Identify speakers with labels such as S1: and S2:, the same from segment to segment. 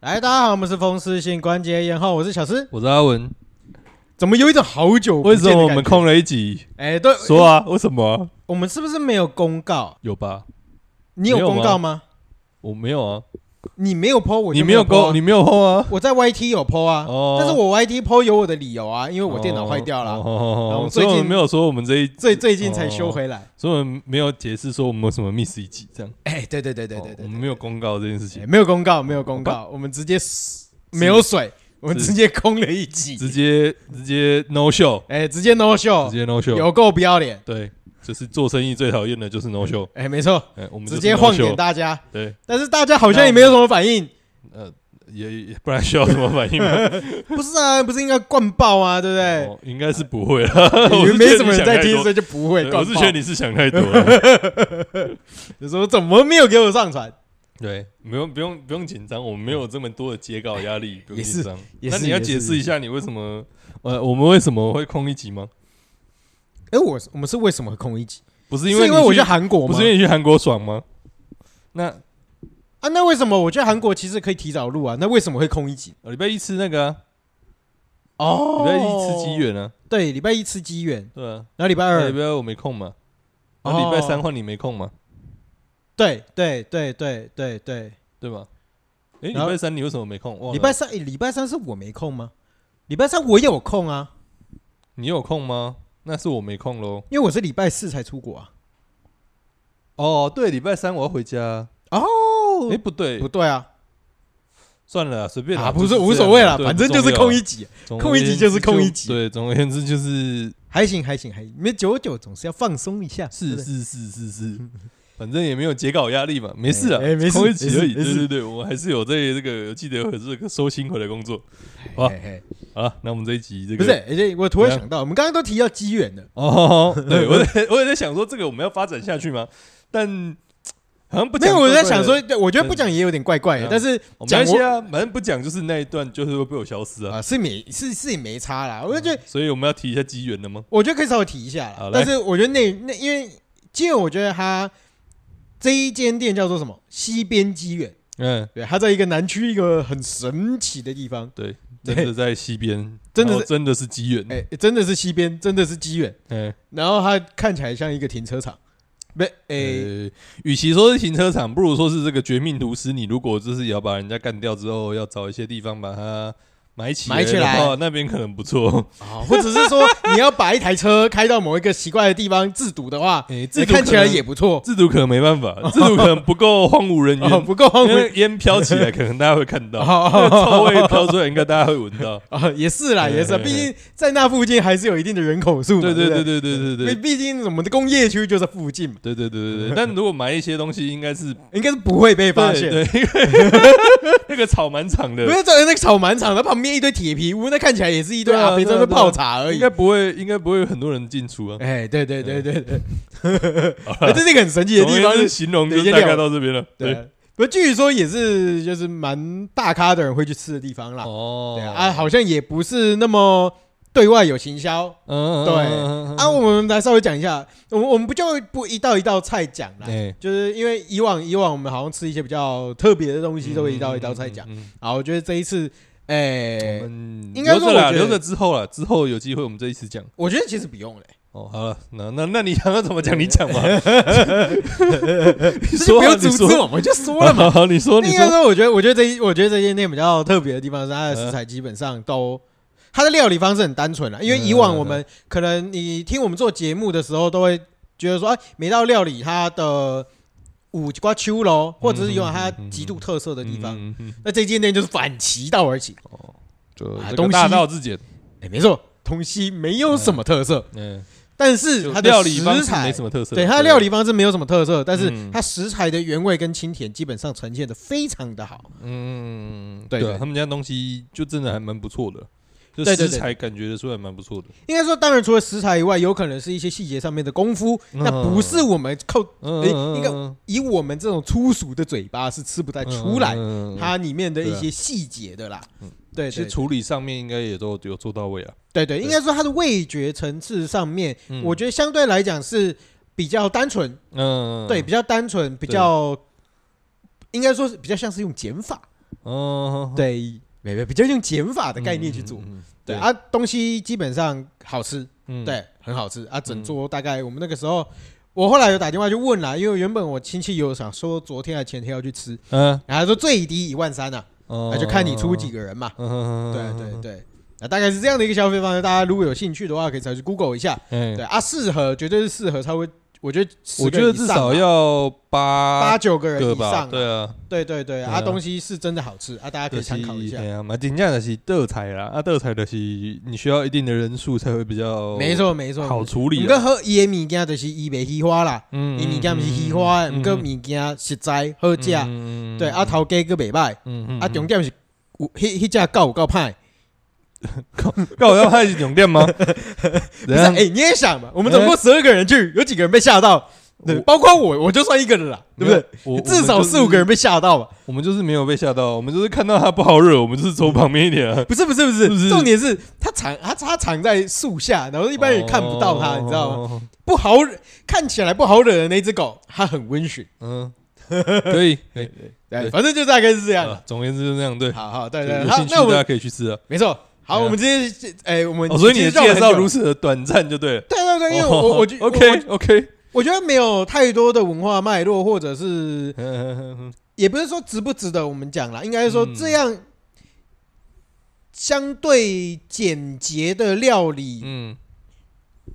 S1: 嗨，大家好，我们是风湿性关节炎后，我是小诗。
S2: 我是阿文。
S1: 怎么有一种好久不
S2: 为
S1: 见
S2: 什
S1: 的
S2: 么我们
S1: 感觉？
S2: 空了一集？
S1: 哎，对，
S2: 说啊，为什么啊、
S1: 我们是不是没有公告？
S2: 有吧？
S1: 你有
S2: 没有
S1: 公告吗？
S2: 我没有啊，
S1: 你没有 PO，我就
S2: 你
S1: 没
S2: 没有
S1: 抛、
S2: 勾，你没有碰啊。
S1: 我在 YT 有 PO 啊，
S2: 哦
S1: 但是我 YT PO 有我的理由啊，因为
S2: 因
S1: 我电脑坏掉了，然后
S2: 哦，
S1: 最
S2: 所以
S1: 近
S2: 我们没有说我们这一，
S1: 最最近才修回来。
S2: 所以我们没有解释说我们为什么 miss 一集这样。
S1: 哎、对对对对对
S2: 哦嗯
S1: 对
S2: 我们没有公告这件事情
S1: 哎，没有公告，没有公告，我们直接没有水，我们直接空了一集，
S2: 直接直接 no show，
S1: 哎、直接 no
S2: 直
S1: show，
S2: 接 no show。
S1: 有够不要脸。
S2: 对，就是做生意最讨厌的就是 no show。
S1: 哎、没错，
S2: 哎，我们
S1: 直
S2: 就是
S1: 接
S2: no
S1: 晃
S2: show
S1: 点大家，
S2: 对，
S1: 但是大家好像也没有什么反应。
S2: 呃，也也不然需要什么反应吗？
S1: 不是啊，不是应该灌爆啊，对不 对？
S2: 哦，应该是不会 了。
S1: 因
S2: 哦我
S1: 为
S2: 是
S1: 没
S2: 觉得
S1: 什么
S2: 你
S1: 人
S2: 想
S1: 在
S2: 太
S1: 听，
S2: 多
S1: 所以就不会
S2: 对
S1: 灌
S2: 我
S1: 爆。
S2: 是觉得你是想太多了。
S1: 你说怎么没有给我上传？
S2: 对，不用不用不用紧张，我们没有这么多的截稿压力，不用
S1: 哎也是
S2: 紧张。
S1: 也
S2: 那
S1: 是
S2: 你要
S1: 也是
S2: 解释一下你为什么呃，我们为什么会空一集吗？
S1: 哎，我我们是为什么空一集？
S2: 不是
S1: 是
S2: 因为
S1: 因为我
S2: 去
S1: 去韩国
S2: 不
S1: 吗
S2: 是？因为你去韩国爽吗？那
S1: 啊，那为什么我去韩国其实可以提早录啊？那为什么会空一集？
S2: 呃礼拜一吃那个啊，
S1: 哦
S2: 礼拜一吃鸡，圆啊，
S1: 对，礼拜一吃鸡远，
S2: 对啊，
S1: 然后礼拜
S2: 那
S1: 二
S2: 礼，拜二我没空嘛，
S1: 哦
S2: 那礼拜三换你没空嘛，
S1: 对对对对对对，
S2: 对吧？诶，礼
S1: 然后
S2: 拜三你为什么没空？忘了
S1: 礼拜三，哎礼拜三是我没空吗？礼拜三我有空啊，
S2: 你有空吗？那是我没空喽。
S1: 因为我是礼拜四才出国啊。
S2: 哦，对，礼拜三我要回家啊。
S1: 哦
S2: 诶，，不对
S1: 不，对啊，
S2: 算了啊，随便啦
S1: 啊，不
S2: 就是这样
S1: 无所谓了，
S2: 对
S1: 反
S2: 不
S1: 正就
S2: 重
S1: 是
S2: 要啊
S1: 空一集，啊
S2: 总
S1: 空一
S2: 而
S1: 集
S2: 言
S1: 就是
S2: 之
S1: 空一集
S2: 对，总而言 之就是
S1: 还行还行还行，因为久久总是要放松一下，对
S2: 是
S1: 不对
S2: 是是是是，反正也没有截稿压力嘛，没事啊，
S1: 哎哎没事
S2: 空一集而已。
S1: 没
S2: 对
S1: 事
S2: 对对，我还是有在这个记得有这个收心回来工作。好
S1: 嘿嘿
S2: 好了，那我们这一集这
S1: 不
S2: 个
S1: 是，而且我突然
S2: 怎样
S1: 想到，我们刚刚都提到机缘了，
S2: 哦， 对我在我也在想说这个我们要发展下去吗？但好像不
S1: 没
S2: 讲
S1: 有，我
S2: 怪
S1: 在
S2: 怪
S1: 想
S2: 的
S1: 说，，对我觉得不讲也有点怪怪的，
S2: 嗯
S1: 但是
S2: 我们
S1: 讲
S2: 那些
S1: 我
S2: 啊，反正不讲就是那一段就是会被我消失啊，
S1: 啊是没是是也没差啦，我就觉得
S2: 所以我们要提一下机缘了吗？
S1: 我觉得可以稍微提一下啦
S2: 嗯好，
S1: 但
S2: 来
S1: 是我觉得那那因为机缘，我觉得它这一间店叫做什么西边机缘，
S2: 嗯，
S1: 对，它在一个南区一个很神奇的地方，
S2: 对，
S1: 对
S2: 真的在西边，
S1: 真的
S2: 然后
S1: 是
S2: 真的是机缘，
S1: 哎，真的是西边，真的是机缘，
S2: 嗯。
S1: 然后它看起来像一个停车场，不，哎，
S2: 呃，与其说是停车场，不如说是这个绝命毒师。你如果就是也要把人家干掉之后，要找一些地方把它埋起
S1: 埋起来
S2: 的话，那边可能不错。
S1: 啊，或者是说你要把一台车开到某一个奇怪的地方制堵的话，
S2: 诶、
S1: 这
S2: 制度
S1: 看起来
S2: 可能
S1: 也不错，
S2: 制度可能没办法，制度可能不够荒 无人
S1: 哦，
S2: 烟，
S1: 不够荒
S2: 因
S1: 芜
S2: 为烟飘起来，可能大家会看到，
S1: 哦
S2: 那个臭味飘出来，应该大家会闻到。
S1: 啊，也是啦，
S2: 嘿
S1: 也是啊，
S2: 嘿
S1: 毕竟在那附近还是有一定的人口数嘛，
S2: 对
S1: 对
S2: 对
S1: 不
S2: 对
S1: 对
S2: 对对对
S1: 因为
S2: 对。
S1: 毕竟我们的工业区就在附近嘛，
S2: 对对对对对，但如果埋一些东西，应该是
S1: 应该是不会被发现。
S2: 对，对 那个草蛮长
S1: 不
S2: 的，
S1: 是在那个草蛮场，它旁边一堆铁皮屋，那看起来也是一堆
S2: 对啊
S1: 阿肥在
S2: 对
S1: 那
S2: 啊
S1: 边
S2: 对啊
S1: 泡茶而
S2: 应
S1: 已
S2: 该。不会，应该不会有很多人进出啊。
S1: 哎，对对对对对， 哎这是一个很神奇的
S2: 总而
S1: 地
S2: 言
S1: 方。
S2: 之
S1: 是
S2: 形容
S1: 对
S2: 就
S1: 先
S2: 大
S1: 聊
S2: 概到这边了。对
S1: 对，啊，不，据说也是就是蛮大咖的人会去吃的地方啦。
S2: 哦
S1: 对啊，啊，好像也不是那么对外有行销
S2: 嗯，
S1: 对
S2: 嗯
S1: 啊。，我们来稍微讲一下，我们我们不就不一道一道菜讲啦，
S2: 哎，
S1: 就是因为以往以往我们好像吃一些比较特别的东西，都会一道一道菜讲。
S2: 嗯。嗯嗯
S1: 好，我觉得这一次，哎，
S2: 嗯
S1: 应该
S2: 留
S1: 说
S2: 着啦，
S1: 我觉得
S2: 留着之后啦，之后有机会我们这一次讲。
S1: 我觉得其实不用了，
S2: 哦，好了，那那那你想要怎么 讲，你讲 吧。你
S1: 这就
S2: 说
S1: 不
S2: 啊
S1: 用
S2: 你
S1: 阻止
S2: 说
S1: 我们，我就说了嘛。
S2: 好，好你说，
S1: 那
S2: 哦你
S1: 应该
S2: 说，嗯
S1: 说，我觉得，我觉得这一，我觉得这间店比较特别的地方是它的食材基本上都，它的料理方式很单纯了。因为以
S2: 嗯
S1: 往我们可能你听我们做节目的时候，都会觉得说，哎，每道料理它的五瓜秋楼，或者是有它极度特色的地方。
S2: 嗯，嗯嗯
S1: 那这间店就是反其道而行，
S2: 就
S1: 啊
S2: 这
S1: 东
S2: 个
S1: 西
S2: 大道至简，
S1: 哎，没错，东西没有什么特色，
S2: 嗯，
S1: 但是
S2: 就
S1: 它的
S2: 料理方
S1: 食
S2: 式
S1: 材
S2: 没什么特色，
S1: 对它的料理，方式没有什么特色，但是
S2: 嗯
S1: 它食材的原味跟清甜基本上呈现的非常的好。
S2: 嗯，
S1: 对
S2: 对啊
S1: 对
S2: 他们家东西就真的还蛮不错的，就
S1: 对对
S2: 食
S1: 对
S2: 材感觉得出来蛮不错的。
S1: 应该说，当然除了食材以外，有可能是一些细节上面的功夫，
S2: 嗯
S1: 那不是我们靠
S2: 嗯
S1: 哎
S2: 嗯
S1: 应该
S2: 嗯
S1: 以我们这种粗俗的嘴巴是吃不太出来
S2: 嗯嗯嗯
S1: 它里面的一
S2: 对
S1: 些细节的啦
S2: 嗯。
S1: 对，
S2: 其实
S1: 对
S2: 处理上面应该也都有做到位啊。
S1: 对对，应该说它的味觉层次上面，
S2: 嗯
S1: 我觉得相对来讲是比较单纯，
S2: 嗯，
S1: 对，比较单纯，比较应该说是比较像是用减法，
S2: 哦，
S1: 对，没没比较用减法的概念去做。
S2: 嗯，嗯嗯
S1: 对啊，东西基本上好吃，
S2: 嗯，
S1: 对，很好吃啊。整桌大概我们那个时候，我后来有打电话去问啦，因为原本我亲戚有想说昨天还前天要去吃，
S2: 嗯，
S1: 然后他说最低一万三啊，那
S2: 那
S1: 就看你出几，个人嘛。
S2: 嗯，
S1: 对对对，啊，大概是这样的一个消费方式。大家如果有兴趣的话，可以再去 Google 一下。
S2: 对
S1: 对，啊，适合绝对是适合，超过我觉得10
S2: 我
S1: 个
S2: 觉得
S1: 以
S2: 至
S1: 上
S2: 少
S1: 啊
S2: 要
S1: 八
S2: 八
S1: 九个人
S2: 个
S1: 以
S2: 吧，
S1: 上。
S2: 对啊，
S1: 对对对，
S2: 对啊
S1: 啊，东西是真的好吃啊，大家可以参考一下
S2: 哎。呀，嘛，真正的是德菜啦，啊，德菜的是你需要一定的人数才会比较
S1: 没错没错，
S2: 呃好处理啊
S1: 你
S2: 啦。
S1: 跟喝伊的物件就是伊袂喜欢啦，
S2: 嗯，嗯
S1: 伊物件毋是喜欢，毋过
S2: 嗯
S1: 物件实在好食，
S2: 嗯
S1: 对啊，，头家佫袂歹，
S2: 嗯嗯嗯
S1: 啊，重点是有迄迄只狗有够歹。
S2: 那我要开始用电 吗？啊
S1: 不是，
S2: 怎样？
S1: 哎，你也想嘛，我们总共十二个人去，有几个人被吓到？对，
S2: 我
S1: 包括我，我就算一个人啦，对不对？
S2: 我？我
S1: 至少四五个，人被吓到吧？
S2: 我们就是我们就是没有被吓到，我们就是看到他不好惹，我们就是走旁边一点啊。
S1: 不是不是不
S2: 不是
S1: 是，重点是他藏他他藏在树下，然后一般人看不
S2: 哦
S1: 到他，你知道吗？
S2: 吗？
S1: 不好惹，看起来不好惹的那只狗，它很温驯。
S2: 嗯，可以，可以， 对哎
S1: 对，反正就大概是这样
S2: 啊
S1: 了。
S2: 总而言之就是那样，对。
S1: 好好，对对，
S2: 有
S1: 对好
S2: 兴，趣
S1: 那我
S2: 大
S1: 们
S2: 家可以去吃啊。
S1: 没错。好，
S2: 对啊
S1: 我们今天哎，我们
S2: 哦，所以你的
S1: 其实绕了
S2: 介
S1: 很
S2: 绍
S1: 久
S2: 如此的短暂就对了。哦
S1: 对对对，因为我我我觉
S2: OK
S1: 我
S2: OK，
S1: 我觉得没有太多的文化脉络，或者是
S2: 嗯
S1: 也不是说值不值得我们讲啦，应该是说
S2: 嗯
S1: 这样相对简洁的料理，
S2: 嗯，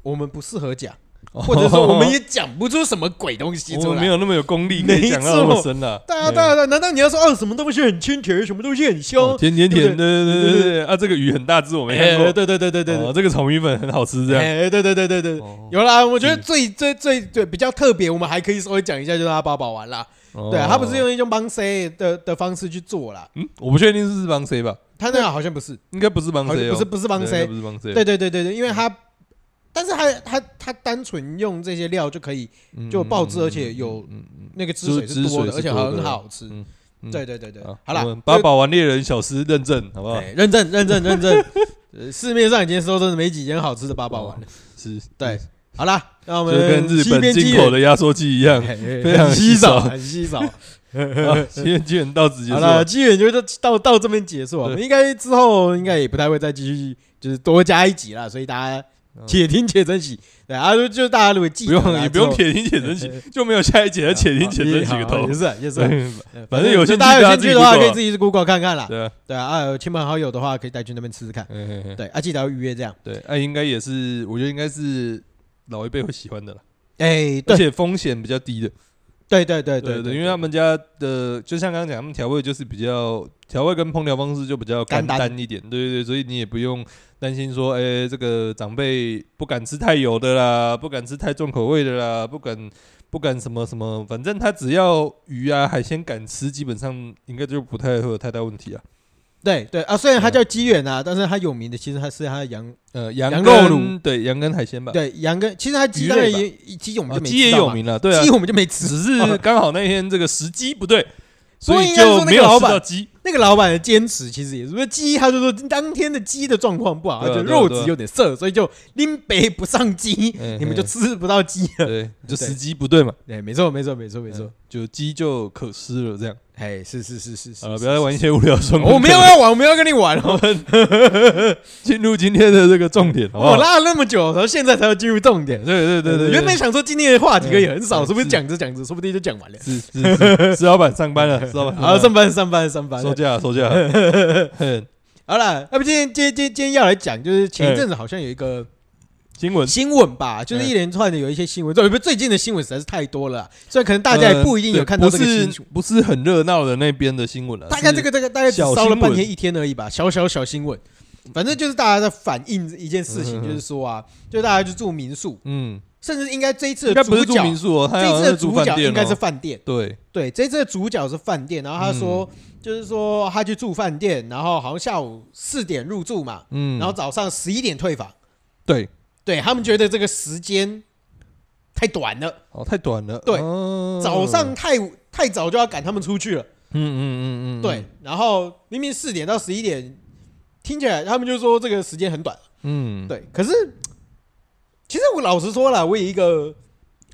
S1: 我们不适合讲，
S2: 或
S1: 或者说我们也讲不出什么鬼东西
S2: 哦我
S1: 出
S2: 们没
S1: 来。
S2: 有哎那么有功力，可以讲到那么深了。
S1: 对啊对啊对啊，难道你要说哦什么东西很清甜，什么东西很
S2: 哦
S1: 香？
S2: 甜甜
S1: 对
S2: 甜，对对对对对啊，这个鱼很大只，我没看
S1: 哎，
S2: 过。
S1: 对对对对对对
S2: 哦，这个炒米粉很好吃，这样。
S1: 哎，对对对对对，
S2: 哦
S1: 有啦。我觉得
S2: 嗯
S1: 最最最最比较特别，我们还可以稍微讲一下，就是他八宝丸啦。对啊，他不是用一种帮 C 的的方式去做啦，
S2: 哦嗯，我不确定是帮谁吧，
S1: 他那个好像不是，
S2: 应该不是帮
S1: 好像
S2: 谁哦，
S1: 不是不是帮
S2: 对应该
S1: C，
S2: 不是帮谁，
S1: 对对对对对，因为他，但是他他他单纯用这些料就可以，
S2: 嗯，
S1: 就爆汁
S2: 嗯
S1: 而且有
S2: 嗯嗯
S1: 那个汁水
S2: 汁
S1: 是
S2: 汁
S1: 多
S2: 水
S1: 的，
S2: 是
S1: 而且
S2: 多的
S1: 很好吃
S2: 嗯嗯。
S1: 对对对对
S2: 嗯，
S1: 好啦
S2: 我，们八
S1: 就
S2: 宝啊丸猎人小时认证，好不好？
S1: 哎认证认证认证，呃市面上已经说真的没几间好吃的八宝丸 了。
S2: 是，
S1: 对，好啦，那我
S2: 嗯就
S1: 们
S2: 跟日
S1: 西
S2: 本
S1: 边
S2: 进
S1: 机
S2: 口
S1: 缘
S2: 的压缩机一样，
S1: 哎哎
S2: 非常
S1: 很
S2: 稀
S1: 稀
S2: 少
S1: 少，很稀少。
S2: 啊西边机缘到此结
S1: 好
S2: 束。
S1: 了，机缘就到到这边结束啊。
S2: 对
S1: 我们应该之后应该也不太会再继续，就是多加一集了，所以大家
S2: 嗯
S1: 且听且珍惜。对啊，就就大家如果记
S2: 不
S1: 得啦
S2: 用，也不用
S1: 之后
S2: 铁钉铁针起，就没有下一节的铁钉铁针几个
S1: 啊
S2: 头
S1: 也。是啊也是啊。
S2: 对
S1: 呃
S2: 反正有兴趣
S1: 就大家有兴趣的话，
S2: 大
S1: 可
S2: 家自己 Google 啊
S1: 以自己去 Google 看看啦。
S2: 对啊，
S1: 对啊，啊，有亲朋好友的话，可以带去那边吃吃看。
S2: 嗯嗯嗯
S1: 对啊，记得要预约这样。
S2: 对，那应该也是，我觉得应该是老一辈会喜欢的啦，
S1: 哎，
S2: 而
S1: 对
S2: 且风险比较低的。
S1: 对对对
S2: 对
S1: 对，
S2: 对，因为他们家的就像刚刚讲，他们调味就是比较调味跟烹调方式就比较
S1: 干
S2: 干
S1: 单
S2: 单一点，对对对，所以你也不用担心说，哎，这个长辈不敢吃太油的啦，不敢吃太重口味的啦，不敢不敢什么什么，反正他只要鱼啊海鲜敢吃，基本上应该就不太会有太大问题啊。
S1: 对对啊，虽然它叫鸡远啊，但是它有名的其实它是它的羊，
S2: 呃，羊
S1: 羊肉
S2: 跟对羊跟海鲜吧，
S1: 对羊跟其实它鸡当然也鸡我们
S2: 啊，
S1: 就没
S2: 鸡也
S1: 吃到
S2: 有
S1: 嘛，
S2: 名了，对啊
S1: 鸡，我们就没吃。
S2: 只是刚好那天这个时机不对，
S1: 不
S2: 所
S1: 过
S2: 以
S1: 应该说
S2: 就
S1: 那个
S2: 没有
S1: 老
S2: 吃到
S1: 板
S2: 鸡。
S1: 那个老板的坚持其实也是，因为鸡他就说当天的鸡的状况不好，而
S2: 对啊
S1: 且
S2: 对啊
S1: 肉
S2: 对啊
S1: 质有点涩，所以就拎北不上鸡
S2: 嗯，
S1: 你们就
S2: 嗯
S1: 吃不到鸡了。
S2: 对，就
S1: 对
S2: 时机不对嘛，
S1: 对，没错没错没错没
S2: 没
S1: 错
S2: 错。，就鸡就可失了这样。哦
S1: 哎，是是是是是哦
S2: 好，了，不要再玩一些无聊的双。
S1: 我没有 要玩，我没有要跟你玩哦。
S2: 啊进入今天的这个重点，好不
S1: 我
S2: 好？
S1: 拉了那么久，然后现在才要进入重点
S2: 对。对对对，对
S1: 哦原本想说今天的话题可以很少，
S2: 嗯
S1: 是不是
S2: 是
S1: 讲着讲着，说不定就讲完了。
S2: 是啊是 是，石老板上班了，石老板
S1: 好，
S2: 上
S1: 啊上班上班上班
S2: 班收。假了收假了。 哼
S1: 好了，要不今天今天今天今天要来讲，就是前一阵子好像有一个
S2: 新 闻
S1: 新闻
S2: 嗯
S1: 吧，就是一连串的有一些新闻，对，不最近的新闻实在是太多了啊，虽然可能大家也不一定有看到
S2: 呃
S1: 这
S2: 对
S1: 个新
S2: 不
S1: 闻
S2: 是。不是很热闹的那边的新闻啊了。
S1: 大概这个这个大概只
S2: 小
S1: 烧了
S2: 新
S1: 半
S2: 闻
S1: 天一天而已吧，小小小新闻，反正就是大家在反映一件事
S2: 嗯
S1: 情，
S2: 哼
S1: 就是说啊，就大家就住民宿，
S2: 嗯，
S1: 甚至应该这一次
S2: 应
S1: 的
S2: 该不是
S1: 主
S2: 住
S1: 角
S2: 民宿哦，他
S1: 这一
S2: 好
S1: 次
S2: 像
S1: 的
S2: 是住
S1: 主
S2: 饭
S1: 角
S2: 店
S1: 应该是
S2: 哦。
S1: 饭店，
S2: 对，
S1: 对，这一次的主角是饭店，然后他说、
S2: 嗯
S1: 就是说他去住饭店，然后好像下午四点入住嘛，
S2: 嗯，
S1: 然后早上十一点退房，
S2: 对，
S1: 对他们觉得这个时间太短了，
S2: 哦，太短了。
S1: 对
S2: 哦
S1: 早上太太早就要赶他们出去了，
S2: 嗯嗯嗯嗯，
S1: 对，然后明明四点到十一点，听起来他们就说这个时间很短，
S2: 嗯，嗯，
S1: 对，可是其实我老实说了，我以一个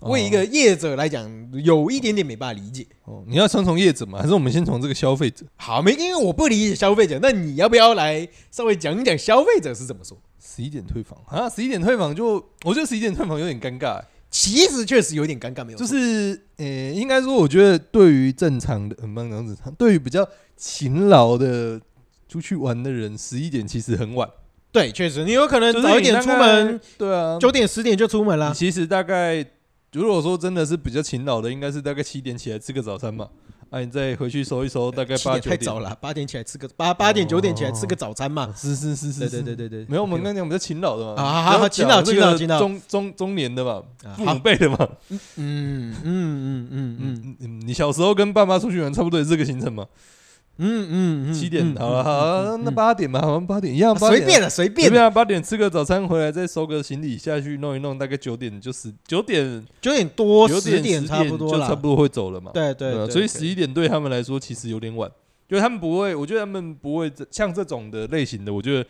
S1: 为一个业者来讲，有一点点没办法理解。
S2: 哦，你要先从业者嘛，还是我们先从这个消费者？
S1: 好，没因为我不理解消费者，那你要不要来稍微讲一讲消费者是怎么说？
S2: 十一点退房啊，十一点退房就，我觉得十一点退房有点尴尬、欸
S1: 其实确实有点尴尬，没有错
S2: 就是呃、应该说，我觉得对于正常的，嗯，不能讲正常，对于比较勤劳的出去玩的人，十一点其实很晚，
S1: 对，确实你有可能
S2: 就是
S1: 早一
S2: 你
S1: 点
S2: 大
S1: 出
S2: 概
S1: 门，，
S2: 对啊，
S1: 九点十点就出门
S2: 你
S1: 啦。
S2: 其实大概如果说真的是比较勤劳的，应该是大概七点起来吃个早餐嘛，啊，你再回去收一收，大概
S1: 七
S2: 八
S1: 点
S2: 九
S1: 太早了，八点起来吃个八八点九点起来吃个早餐嘛。
S2: 是是是是，
S1: 对
S2: 是
S1: 对对对对，
S2: 没有，我们
S1: OK
S2: 刚讲比较勤劳的嘛，
S1: 啊
S2: 不要
S1: 好好勤劳
S2: 讲这
S1: 勤劳
S2: 个
S1: 勤劳
S2: 中中中年的嘛，
S1: 啊
S2: 父
S1: 好
S2: 母辈的嘛，
S1: 嗯嗯嗯嗯嗯
S2: 嗯嗯，你小时候跟爸妈出去玩，差不多也是这个行程嘛，
S1: 嗯嗯嗯，
S2: 七点
S1: 嗯
S2: 好了，好了，那八点吧，好像八点一样，
S1: 啊
S2: 八
S1: 随
S2: 点
S1: 便了随
S2: 随
S1: 便
S2: 便
S1: 啦，
S2: 啊，八点吃个早餐回来，再收个行李下去弄一弄，大概九点就十九点
S1: 九点多
S2: 九
S1: 十
S2: 点
S1: 点
S2: 10
S1: 差不多
S2: 就
S1: 啦
S2: 差。不多会走了嘛。
S1: 对对
S2: 啊
S1: 对，
S2: 所以
S1: 对
S2: 十一点对他们来说其实有点晚，就是他们不会，我觉得他们不会像这种的类型的，我觉得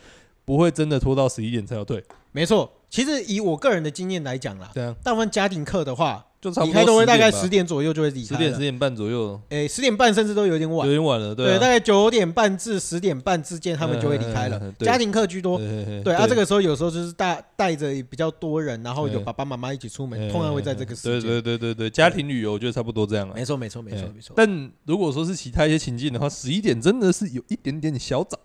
S2: 不会真的拖到十一点才要退，
S1: 没错。其实以我个人的经验来讲啦，
S2: 这样
S1: 大部分家庭课的话，
S2: 就差不
S1: 离
S2: 多
S1: 开都会大概十
S2: 十
S1: 点左右就会离开
S2: 点十
S1: 了，
S2: 点半左右，
S1: 诶，十点半甚至都有点晚
S2: 有。点晚了，
S1: 对，
S2: 啊
S1: 大概九点半至十点半之间，他们就会离开
S2: 嗯嗯嗯
S1: 了
S2: 嗯。对
S1: 家庭课居多，
S2: 对嘿嘿
S1: 对啊，这
S2: 对
S1: 个时候有时候就是带带着比较多人，然后有
S2: 嗯
S1: 爸爸妈妈一起出门，
S2: 嗯
S1: 通常会在这个时
S2: 对
S1: 间。
S2: 对对对对，家庭旅游我觉得差不多这样啊。
S1: 没错，没错，没错，
S2: 嗯
S1: 没错。
S2: 但如果说是其他一些情境的话，十一点真的是有一点点小早。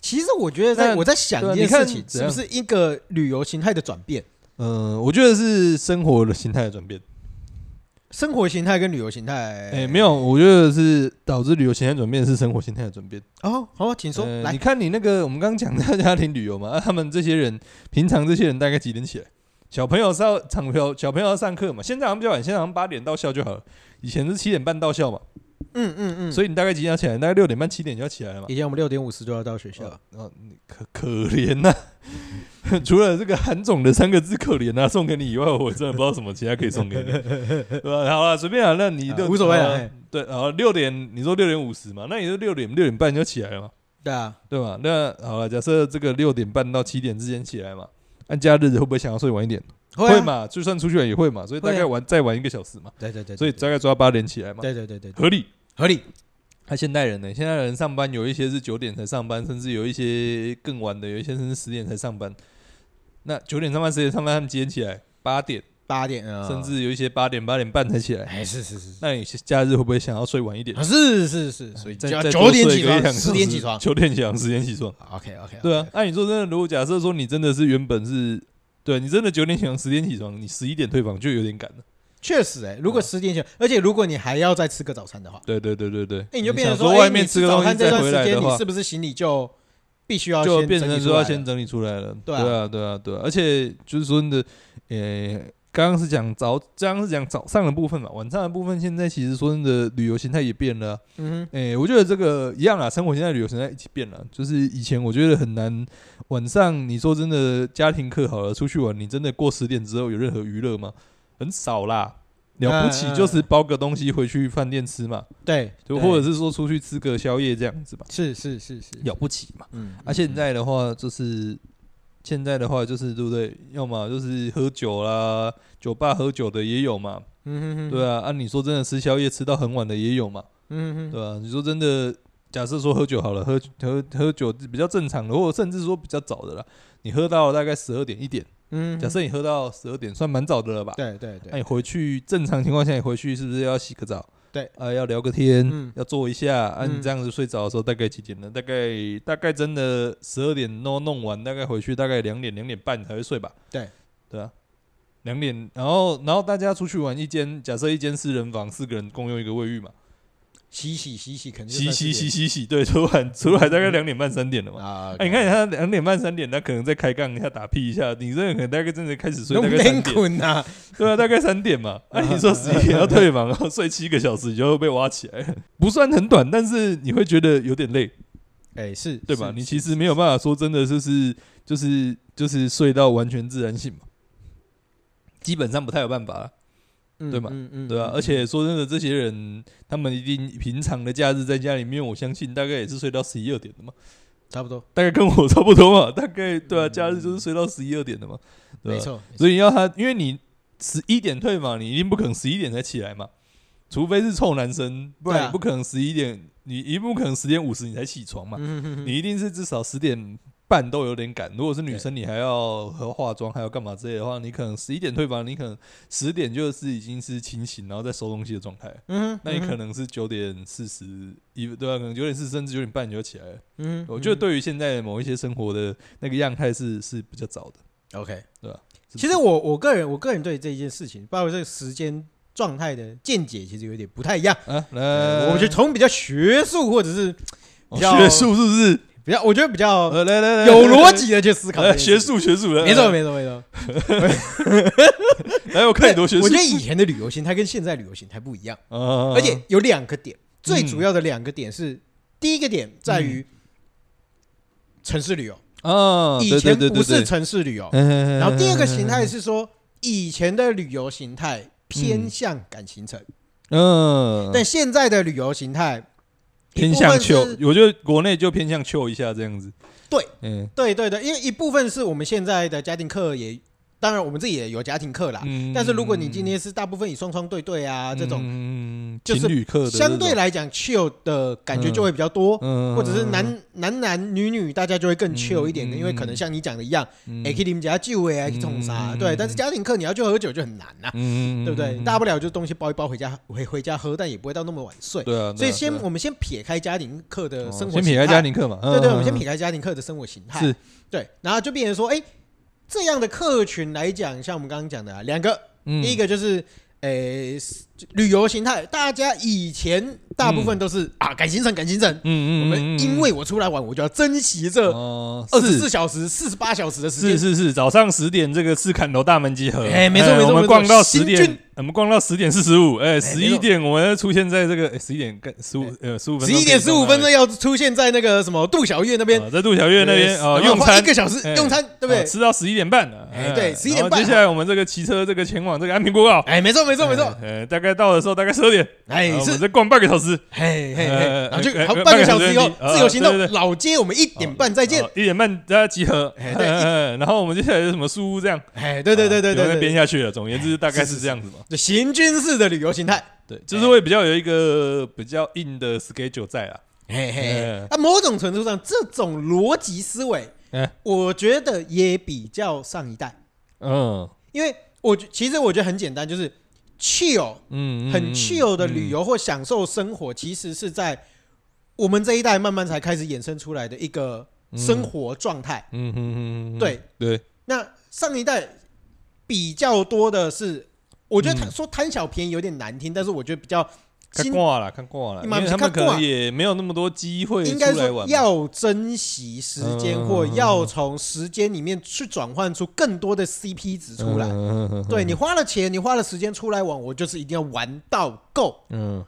S1: 其实我觉得在
S2: 那
S1: 我在想
S2: 对啊
S1: 一件
S2: 你看
S1: 事情，
S2: 怎
S1: 是不
S2: 样
S1: 是一个旅游形态的转变？
S2: 嗯，我觉得是生活的心态的转变。
S1: 生活形态跟旅游形态？
S2: 哎、没有，我觉得是导致旅游形态转变是生活心态的转变。
S1: 哦，好，请说
S2: 呃你
S1: 来。
S2: 看你那个我们刚刚讲的家庭旅游嘛，啊、他们这些人平常这些人大概几点起来？小朋友是要场朋友，小朋友要上课嘛，现在好像比较晚，现在好像八点到校就好了，以前是七点半到校嘛，
S1: 嗯嗯嗯。
S2: 所以你大概几点要起来？大概六点半七点就要起来了嘛。
S1: 以前我们六点五十就要到学校
S2: 哦，哦，你可可怜呐、 除了这个韩总的三个字“可怜”啊，送给你以外，我真的不知道什么其他可以送给你， 对吧、好了，随便啊，那你
S1: 啊
S2: 六、
S1: 无所谓
S2: 好
S1: 了
S2: 啊
S1: 嘿。
S2: 对，然后六点，你说六点五十嘛，那你就六点六点半就起来了嘛，
S1: 对啊，
S2: 对吧？那好了，假设这个六点半到七点之间起来嘛，按假日会不会想要睡晚一点？
S1: 会啊？
S2: 嘛，就算出去玩也会嘛，所以大
S1: 会
S2: 概
S1: 啊
S2: 玩、再玩一个小时嘛，
S1: 对对对，对
S2: 所以大概抓八点起来嘛，
S1: 对对对对，对
S2: 合理。
S1: 合理。
S2: 他现代人呢、现代人上班有一些是九点才上班，甚至有一些更晚的，有一些甚至十点才上班。那九点上班、十点上班，他们几点起来？八点，
S1: 八点啊，
S2: 甚至有一些八点、八点半才起来。
S1: 哎，是是是是
S2: 那你假日会不会想要睡晚一点
S1: 啊？是是是，所以就
S2: 再
S1: 要
S2: 再
S1: 九
S2: 多
S1: 点
S2: 睡
S1: 起
S2: 个一两
S1: 床，
S2: 个
S1: 十点起床。
S2: 九点起床，十点起床。
S1: OK OK，
S2: 对啊，那你说真的，如果假设说你真的是原本是，对啊你真的九点起床、十点起床，你十一点退房就有点赶了。
S1: 确实哎、如果十点前，而且如果你还要再吃个早餐的话，
S2: 对对对对对，哎
S1: 哎、你就变成
S2: 说
S1: 哎
S2: 外面
S1: 你吃
S2: 吃个
S1: 早
S2: 东西
S1: 餐这
S2: 再
S1: 段
S2: 回
S1: 时
S2: 来
S1: 间，
S2: 的
S1: 你
S2: 话
S1: 是，不是行李就必须要
S2: 就
S1: 先
S2: 变
S1: 整
S2: 成
S1: 理
S2: 说
S1: 出
S2: 要
S1: 来
S2: 先
S1: 了
S2: 整理出来了。
S1: 对
S2: 对
S1: 啊
S2: 啊，对啊，对啊。而且就是说真的，呃，刚刚是讲早，刚刚是讲早上的部分嘛，晚上的部分现在其实说真的，旅游形态也变了啊。
S1: 嗯哼，
S2: 诶，我觉得这个一样啦，生活形态、旅游形态一起变了。就是以前我觉得很难，晚上你说真的家庭课好了，出去玩，你真的过十点之后有任何娱乐吗？很少啦，了不起
S1: 嗯嗯
S2: 就是包个东西回去饭店吃嘛，
S1: 对，
S2: 就
S1: 对
S2: 或者是说出去吃个宵夜这样子吧，
S1: 是是是是，
S2: 了不起嘛。
S1: 嗯，
S2: 啊，现在的话就是，现在的话就是，对不对？要么就是喝酒啦，酒吧喝酒的也有嘛，
S1: 嗯哼哼，
S2: 对啊。按、你说真的吃宵夜吃到很晚的也有嘛，
S1: 嗯哼
S2: 对啊。你说真的，假设说喝酒好了，喝喝喝酒比较正常的，或者甚至说比较早的啦，你喝到大概十二点一点，
S1: 嗯哼，
S2: 假设哎你喝到十二点算蛮早的了吧？
S1: 对对
S2: 那、
S1: 对，
S2: 你回去正常情况下，你回去是不是要洗个澡？
S1: 对
S2: 啊、要聊个天，
S1: 嗯
S2: 要坐一下。啊，
S1: 嗯
S2: 你这样子睡着的时候大概几点呢？大概大概真的十二点弄弄完，大概回去大概两点两点半才会睡吧。
S1: 对，
S2: 对啊，两点，然后然后大家出去玩一间，假设一间四人房，四个人共用一个卫浴嘛，
S1: 洗洗洗洗，肯定
S2: 洗洗洗洗洗，对，出来出来大概两点半三点了嘛。
S1: 啊！
S2: 哎、你看他两点半三点，他可能再开杠一下打屁一下，你这个可能大概真的开始睡，大概三
S1: 连
S2: 点。
S1: 滚呐，
S2: 对啊，大概三点 嘛。按、你说十一点要退房，然后睡七个小时，你就会被挖起来。 不算很短，但是你会觉得有点累，
S1: 哎是，
S2: 对吧？
S1: 是
S2: 你其实没有办法说真的就是就是就是睡到完全自然醒嘛，基本上不太有办法啦，对嘛？
S1: 嗯嗯嗯
S2: 对吧、
S1: 嗯
S2: 而且说真的，这些人他们一定平常的假日在家里面，我相信大概也是睡到十一二点的嘛，
S1: 差不多，
S2: 大概跟我差
S1: 嗯
S2: 不多嘛，大概对啊，假日就是睡到十一二点的嘛，对
S1: 没
S2: 吧、
S1: 错，没错
S2: 所以要他，因为你十一点退嘛，你一定不可能十一点才起来嘛，除非是臭男生，不
S1: 对啊
S2: 然你不可能十一点，你一定不可能十点五十你才起床嘛，
S1: 嗯哼哼
S2: 你一定是至少十点半都有点赶。如果是女
S1: 对
S2: 生，你还要和化妆，还要干嘛之类的话，你可能十一点退房，你可能十点就是已经是清醒，然后在收东西的状态。
S1: 嗯哼，
S2: 那你可
S1: 嗯哼，
S2: 能是九点四十一，对啊吧、可能九点四十甚至九点半你就起来了。
S1: 嗯哼，
S2: 我觉得
S1: 嗯
S2: 对于现在某一些生活的那个样态是是比较早的。
S1: 哼，OK，
S2: 对吧是不
S1: 其实我我个人我个人对这一件事情，包括这个时间状态的见解，其实有点不太一样。
S2: 啊，
S1: 呃，
S2: 来，
S1: 我觉得从比较学术或者是
S2: 哦
S1: 比较
S2: 学术是不是？
S1: 比较，我觉得比较
S2: 呃，来来来，
S1: 哦有逻，
S2: 来
S1: 辑的去思考
S2: 来来
S1: 这件
S2: 学
S1: 事情。
S2: 术学术的，呃
S1: 没错，
S2: 来，
S1: 没错，没错。
S2: 来我看你多学术
S1: 我觉得以前的旅游形态跟现在旅游形态不一样，
S2: 啊，
S1: 而且有两个点，嗯最主要的两个点是，第一个点在
S2: 嗯
S1: 于城市旅游，
S2: 啊，
S1: 以
S2: 对
S1: 前
S2: 对对嗯
S1: 不
S2: 对
S1: 是
S2: 对
S1: 城市旅游。
S2: 然
S1: 然后第二个形态，是说，以前的旅游形态偏向赶行程，
S2: 嗯，
S1: 但现在的旅游形态
S2: 偏向
S1: 一部
S2: 秀
S1: 分，是
S2: 我觉得国内就偏向秀一下这样子。
S1: 对，
S2: 嗯
S1: 对对对，因为一部分是我们现在的家庭课也，当然我们自己也有家庭课啦。
S2: 嗯
S1: 但是如果你今天是大部分以双双对对啊这种，
S2: 种
S1: 就是
S2: 嗯情侣课的这种，
S1: 相对来讲 chill 的感觉就会比较多。
S2: 嗯，
S1: 或者是男男男女女，大家就会更
S2: 嗯
S1: chill 一点的，
S2: 嗯
S1: 因为可能像你讲的一样，
S2: 嗯，
S1: 哎，去你们家酒哎，去冲啥，
S2: 嗯
S1: 对。但是家庭课你要去喝酒就很难呐，
S2: 嗯，嗯
S1: 哎对不对？大不了就东西包一包回家回回家喝，但也不会到那么晚睡。
S2: 对啊，
S1: 所以
S2: 对啊
S1: 先
S2: 对啊
S1: 我们先撇开家庭课的
S2: 哦
S1: 生活，
S2: 先撇开家，庭课嘛，
S1: 对对，我们先
S2: 嗯
S1: 撇开家庭课的生活形态，
S2: 是，
S1: 对，然后就变成说，哎，这样的客群来讲，像我们刚刚讲的啊两个，
S2: 嗯
S1: 第一个就是。诶，旅游形态，大家以前大部分都是、啊，赶行程，赶行程，
S2: 嗯嗯嗯，哦
S1: 我们因为我出来玩，我就要珍惜这二
S2: 二
S1: 十四小时、四十八小时的时
S2: 是
S1: 间。
S2: 是是，早上十点这个赤坎楼大门集合，啊
S1: 哎没错没错
S2: 我
S1: 没
S2: 们
S1: 错
S2: 逛到十
S1: 新军
S2: 点，哎我们逛到十点四十五，哎，十
S1: 没
S2: 一
S1: 错哎
S2: 点我们要出现在这个哎十一点跟十五呃十五
S1: 十
S2: 分钟可以
S1: 一
S2: 到那里，
S1: 点十五分钟要出现在那个什么杜小月那边
S2: 啊在杜小月那边
S1: 然
S2: 啊
S1: 后
S2: 用
S1: 花
S2: 餐
S1: 一个小时
S2: 哎
S1: 用餐，对不对
S2: 啊？吃到十一点半了，
S1: 哎对11点半
S2: 然后接下来我们这个骑车这个前往这个安平国道，
S1: 哎，没错没错没错，
S2: 哎，呃大概到的时候大概十二点，
S1: 哎
S2: 啊我
S1: 是
S2: 们再逛半个小时，
S1: 嘿嘿嘿，
S2: 呃
S1: 然后就
S2: 哎哎
S1: 好半个小时以后
S2: 半个小时
S1: 自由行动
S2: 啊对对，对
S1: 老街我们一点半再见
S2: 哦。一点半大家集合，
S1: 哎对一
S2: 哎 然后我们接下来是什么树屋这样，哦
S1: 哎，对对对对
S2: 就会
S1: 对
S2: 编
S1: 对，
S2: 下去了。总而言之，大概
S1: 是是
S2: 是这样子嘛。
S1: 就行军式的旅游形态。
S2: 对，就是会比较有一个比较硬的 schedule 在啊。
S1: 嘿嘿
S2: 哎
S1: 嘿，啊，某种程度上，这种逻辑思维
S2: 哎，
S1: 我觉得也比较上一代，
S2: 嗯
S1: 因为我觉其实我觉得很简单，就是 chill
S2: 嗯
S1: 很 chill 的旅。游或享受生活，其实是在我们这一代慢慢才开始衍生出来的一个生活状态。
S2: 嗯嗯嗯，
S1: 对
S2: 对，
S1: 那上一代比较多的是，我觉得他说贪小便宜有点难听，但是我觉得比较
S2: 看
S1: 今
S2: 挂了，看挂了，因
S1: 你嘛
S2: 为
S1: 不是
S2: 他们
S1: 看
S2: 可
S1: 挂
S2: 能也没有那么多机会
S1: 应该
S2: 出来
S1: 说
S2: 玩嘛。
S1: 要珍惜时间，
S2: 嗯
S1: 或要从时间里面去转换出更多的 CP 值出
S2: 嗯
S1: 来。
S2: 来
S1: 对你，花了钱，你花了时间出来玩，我就是一定要玩到够。
S2: 嗯，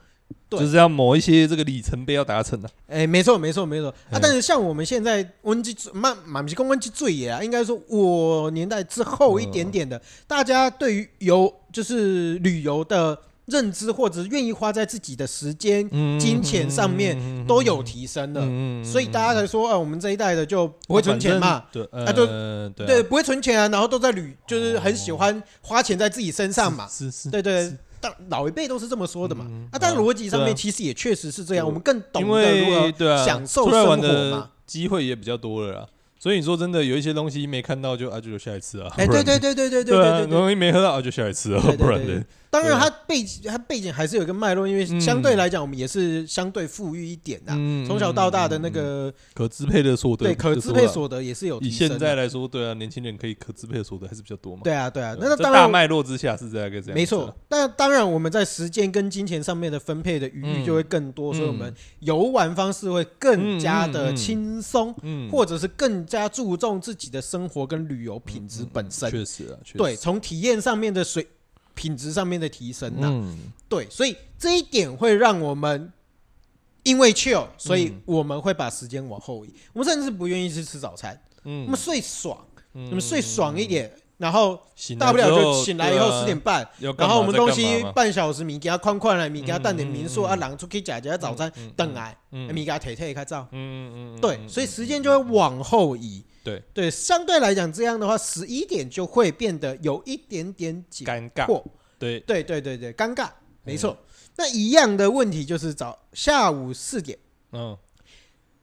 S1: 对
S2: 就是要某一些这个里程碑要达成的。啊
S1: 哎，没错，没错，没错
S2: 哎
S1: 啊！但是像我们现在，温基慢满级公温基最野啊，应该说我年代之后一
S2: 嗯
S1: 点点的，大家对于游就是旅游的认知，或者是愿意花在自己的时间
S2: 嗯
S1: 金钱上面都有提升了，
S2: 嗯
S1: 所以大家才说啊，我们这一代的就不会存钱嘛，，
S2: 对，
S1: 啊就
S2: 呃对
S1: 对，
S2: 啊
S1: 不会存钱啊，然后都在旅，就是很喜欢花钱在自己身上嘛，
S2: 是是，
S1: 对
S2: 是
S1: 对。但老一辈都是这么说的嘛
S2: 嗯，
S1: 啊，但
S2: 啊
S1: 逻辑上
S2: 对
S1: 面
S2: 啊
S1: 其实也确实是这样，
S2: 对
S1: 我们更懂
S2: 因
S1: 得如何
S2: 为对啊，
S1: 享受
S2: 出来玩
S1: 生活
S2: 的
S1: 嘛
S2: 机会也比较多了啦。所以你说真的，有一些东西没看到就啊，就留下来吃啊。
S1: 哎，
S2: 不
S1: 对
S2: 然
S1: 对对对对
S2: 对啊
S1: 对对对。
S2: 东西没喝到啊，就下来吃啊，
S1: 对对
S2: 不然
S1: 对
S2: 的，
S1: 当然，
S2: 对
S1: 它背景它背景还是有一个脉络，因为相对来讲，我们也是相对富裕一点呐。
S2: 嗯
S1: 从小到大的那个
S2: 可支配的所得，
S1: 对可支配
S2: 所
S1: 所得也是有
S2: 啊以
S1: 提升
S2: 现
S1: 的。
S2: 在来说，对啊，年轻人可以可支配的所得还是比较多嘛。
S1: 对啊对啊，
S2: 对啊，
S1: 那
S2: 这
S1: 当
S2: 大
S1: 然
S2: 脉络之下是这样一个这样，
S1: 没错。。那当然，我们在时间跟金钱上面的分配的余裕
S2: 嗯
S1: 就会更多，所以我
S2: 嗯
S1: 们游玩方式会更加
S2: 嗯嗯
S1: 的
S2: 嗯
S1: 轻松，
S2: 嗯，
S1: 或者是更加注重自己的生活跟旅游品
S2: 嗯
S1: 质本身。
S2: 确实啊，确实
S1: 对，，从体验上面的水品质上面的提升呐、
S2: 嗯
S1: 对，所以这一点会让我们因为 chill，所
S2: 嗯
S1: 以我们会把时间往后移，我们甚至不愿意去吃早餐，
S2: 嗯
S1: 我们睡爽，我
S2: 那
S1: 们睡爽一点，然后
S2: 醒来
S1: 大不了
S2: 之
S1: 就
S2: 后
S1: 醒来以后十点，半，
S2: 对啊要干
S1: 然
S2: 嘛
S1: 后我们
S2: 再
S1: 东
S2: 干
S1: 西
S2: 嘛嘛
S1: 半小时米给他宽宽来，米给他淡点民宿
S2: 嗯嗯嗯
S1: 啊，人出去吃吃早餐，
S2: 嗯嗯嗯
S1: 等来
S2: 嗯嗯
S1: 米给他腿腿开照。
S2: 嗯嗯嗯，
S1: 对，
S2: 嗯
S1: 所以
S2: 嗯
S1: 时间就会往后移。
S2: 对
S1: 对，相对来讲这样的话，十一点就会变得有一点点紧
S2: 尴尬，
S1: 迫。
S2: 对，
S1: 对对对对，尴尬，没错。那一样的问题就是早下午四点，
S2: 嗯，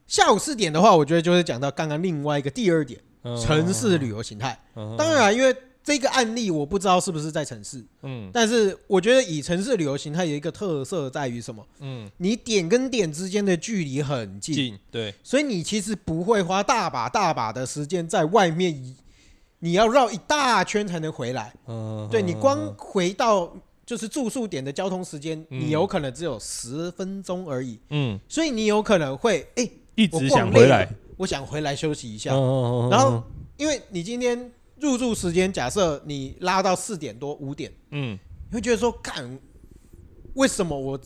S1: 下午四点的话，我觉得就是讲到刚刚另外一个第二点，
S2: 嗯
S1: 城市旅，游形态。
S2: 嗯
S1: 当，然，因为这个案例我不知道是不是在城市，
S2: 嗯
S1: 但是我觉得以城市旅游形态有一个特色在于什么？
S2: 嗯，
S1: 你点跟点之间的距离很近，
S2: 近，对，
S1: 所以你其实不会花大把大把的时间在外面，你要绕一大圈才能回来。
S2: 嗯，
S1: 对你
S2: 嗯
S1: 光回到就是住宿点的交通时间，
S2: 嗯
S1: 你有可能只有十分钟而已，
S2: 嗯，
S1: 所以你有可能会哎、
S2: 一
S1: 我
S2: 直
S1: 逛
S2: 想
S1: 累
S2: 回
S1: 了
S2: 来，，
S1: 我想回来休息一下。
S2: 嗯
S1: 然后，因为你今天入住时间，假设你拉到四点多五点，
S2: 嗯
S1: 你会觉得说，干，为什么我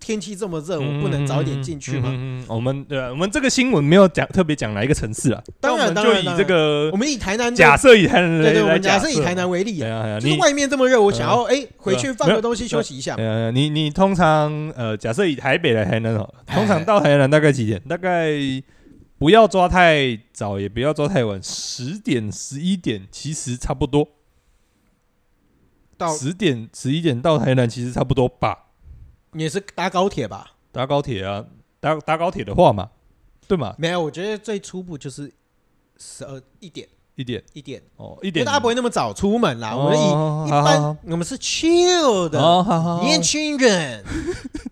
S1: 天气这么热，我不能早点进去吗？
S2: 嗯，嗯嗯嗯嗯我们对啊，我们这个新闻没有讲特别讲哪一个城市啊，
S1: 当然
S2: 但我们
S1: 当然
S2: 就以这个
S1: 我们以台南的
S2: 嗯假设以台南
S1: 对对，我
S2: 来
S1: 们
S2: 假
S1: 假设以台南为例
S2: 对
S1: 啊，
S2: 啊，对啊
S1: 就是
S2: 你嗯
S1: 外面这么热，我想要哎回去放
S2: 没
S1: 个
S2: 有
S1: 东西休息一下嘛。
S2: 呃，你你通常呃，假设以台北来台南哦，通常到台南大概几点？大概不要抓太早，也不要抓太晚，十点十一点其实差不多，
S1: 到
S2: 十点十一点到台南其实差不多吧。
S1: 也是搭高铁吧？
S2: 搭高铁啊，搭搭高铁的话嘛，对嘛，
S1: 没有，我觉得最初步就是十二一点
S2: 一点
S1: 一点，
S2: 哦，一
S1: 因为
S2: 点
S1: 大家不会那么早出门啦。我们以
S2: 哦
S1: 一
S2: 好好
S1: 般
S2: 好
S1: 我们是 chill 的
S2: 哦，好好好，
S1: 年轻人。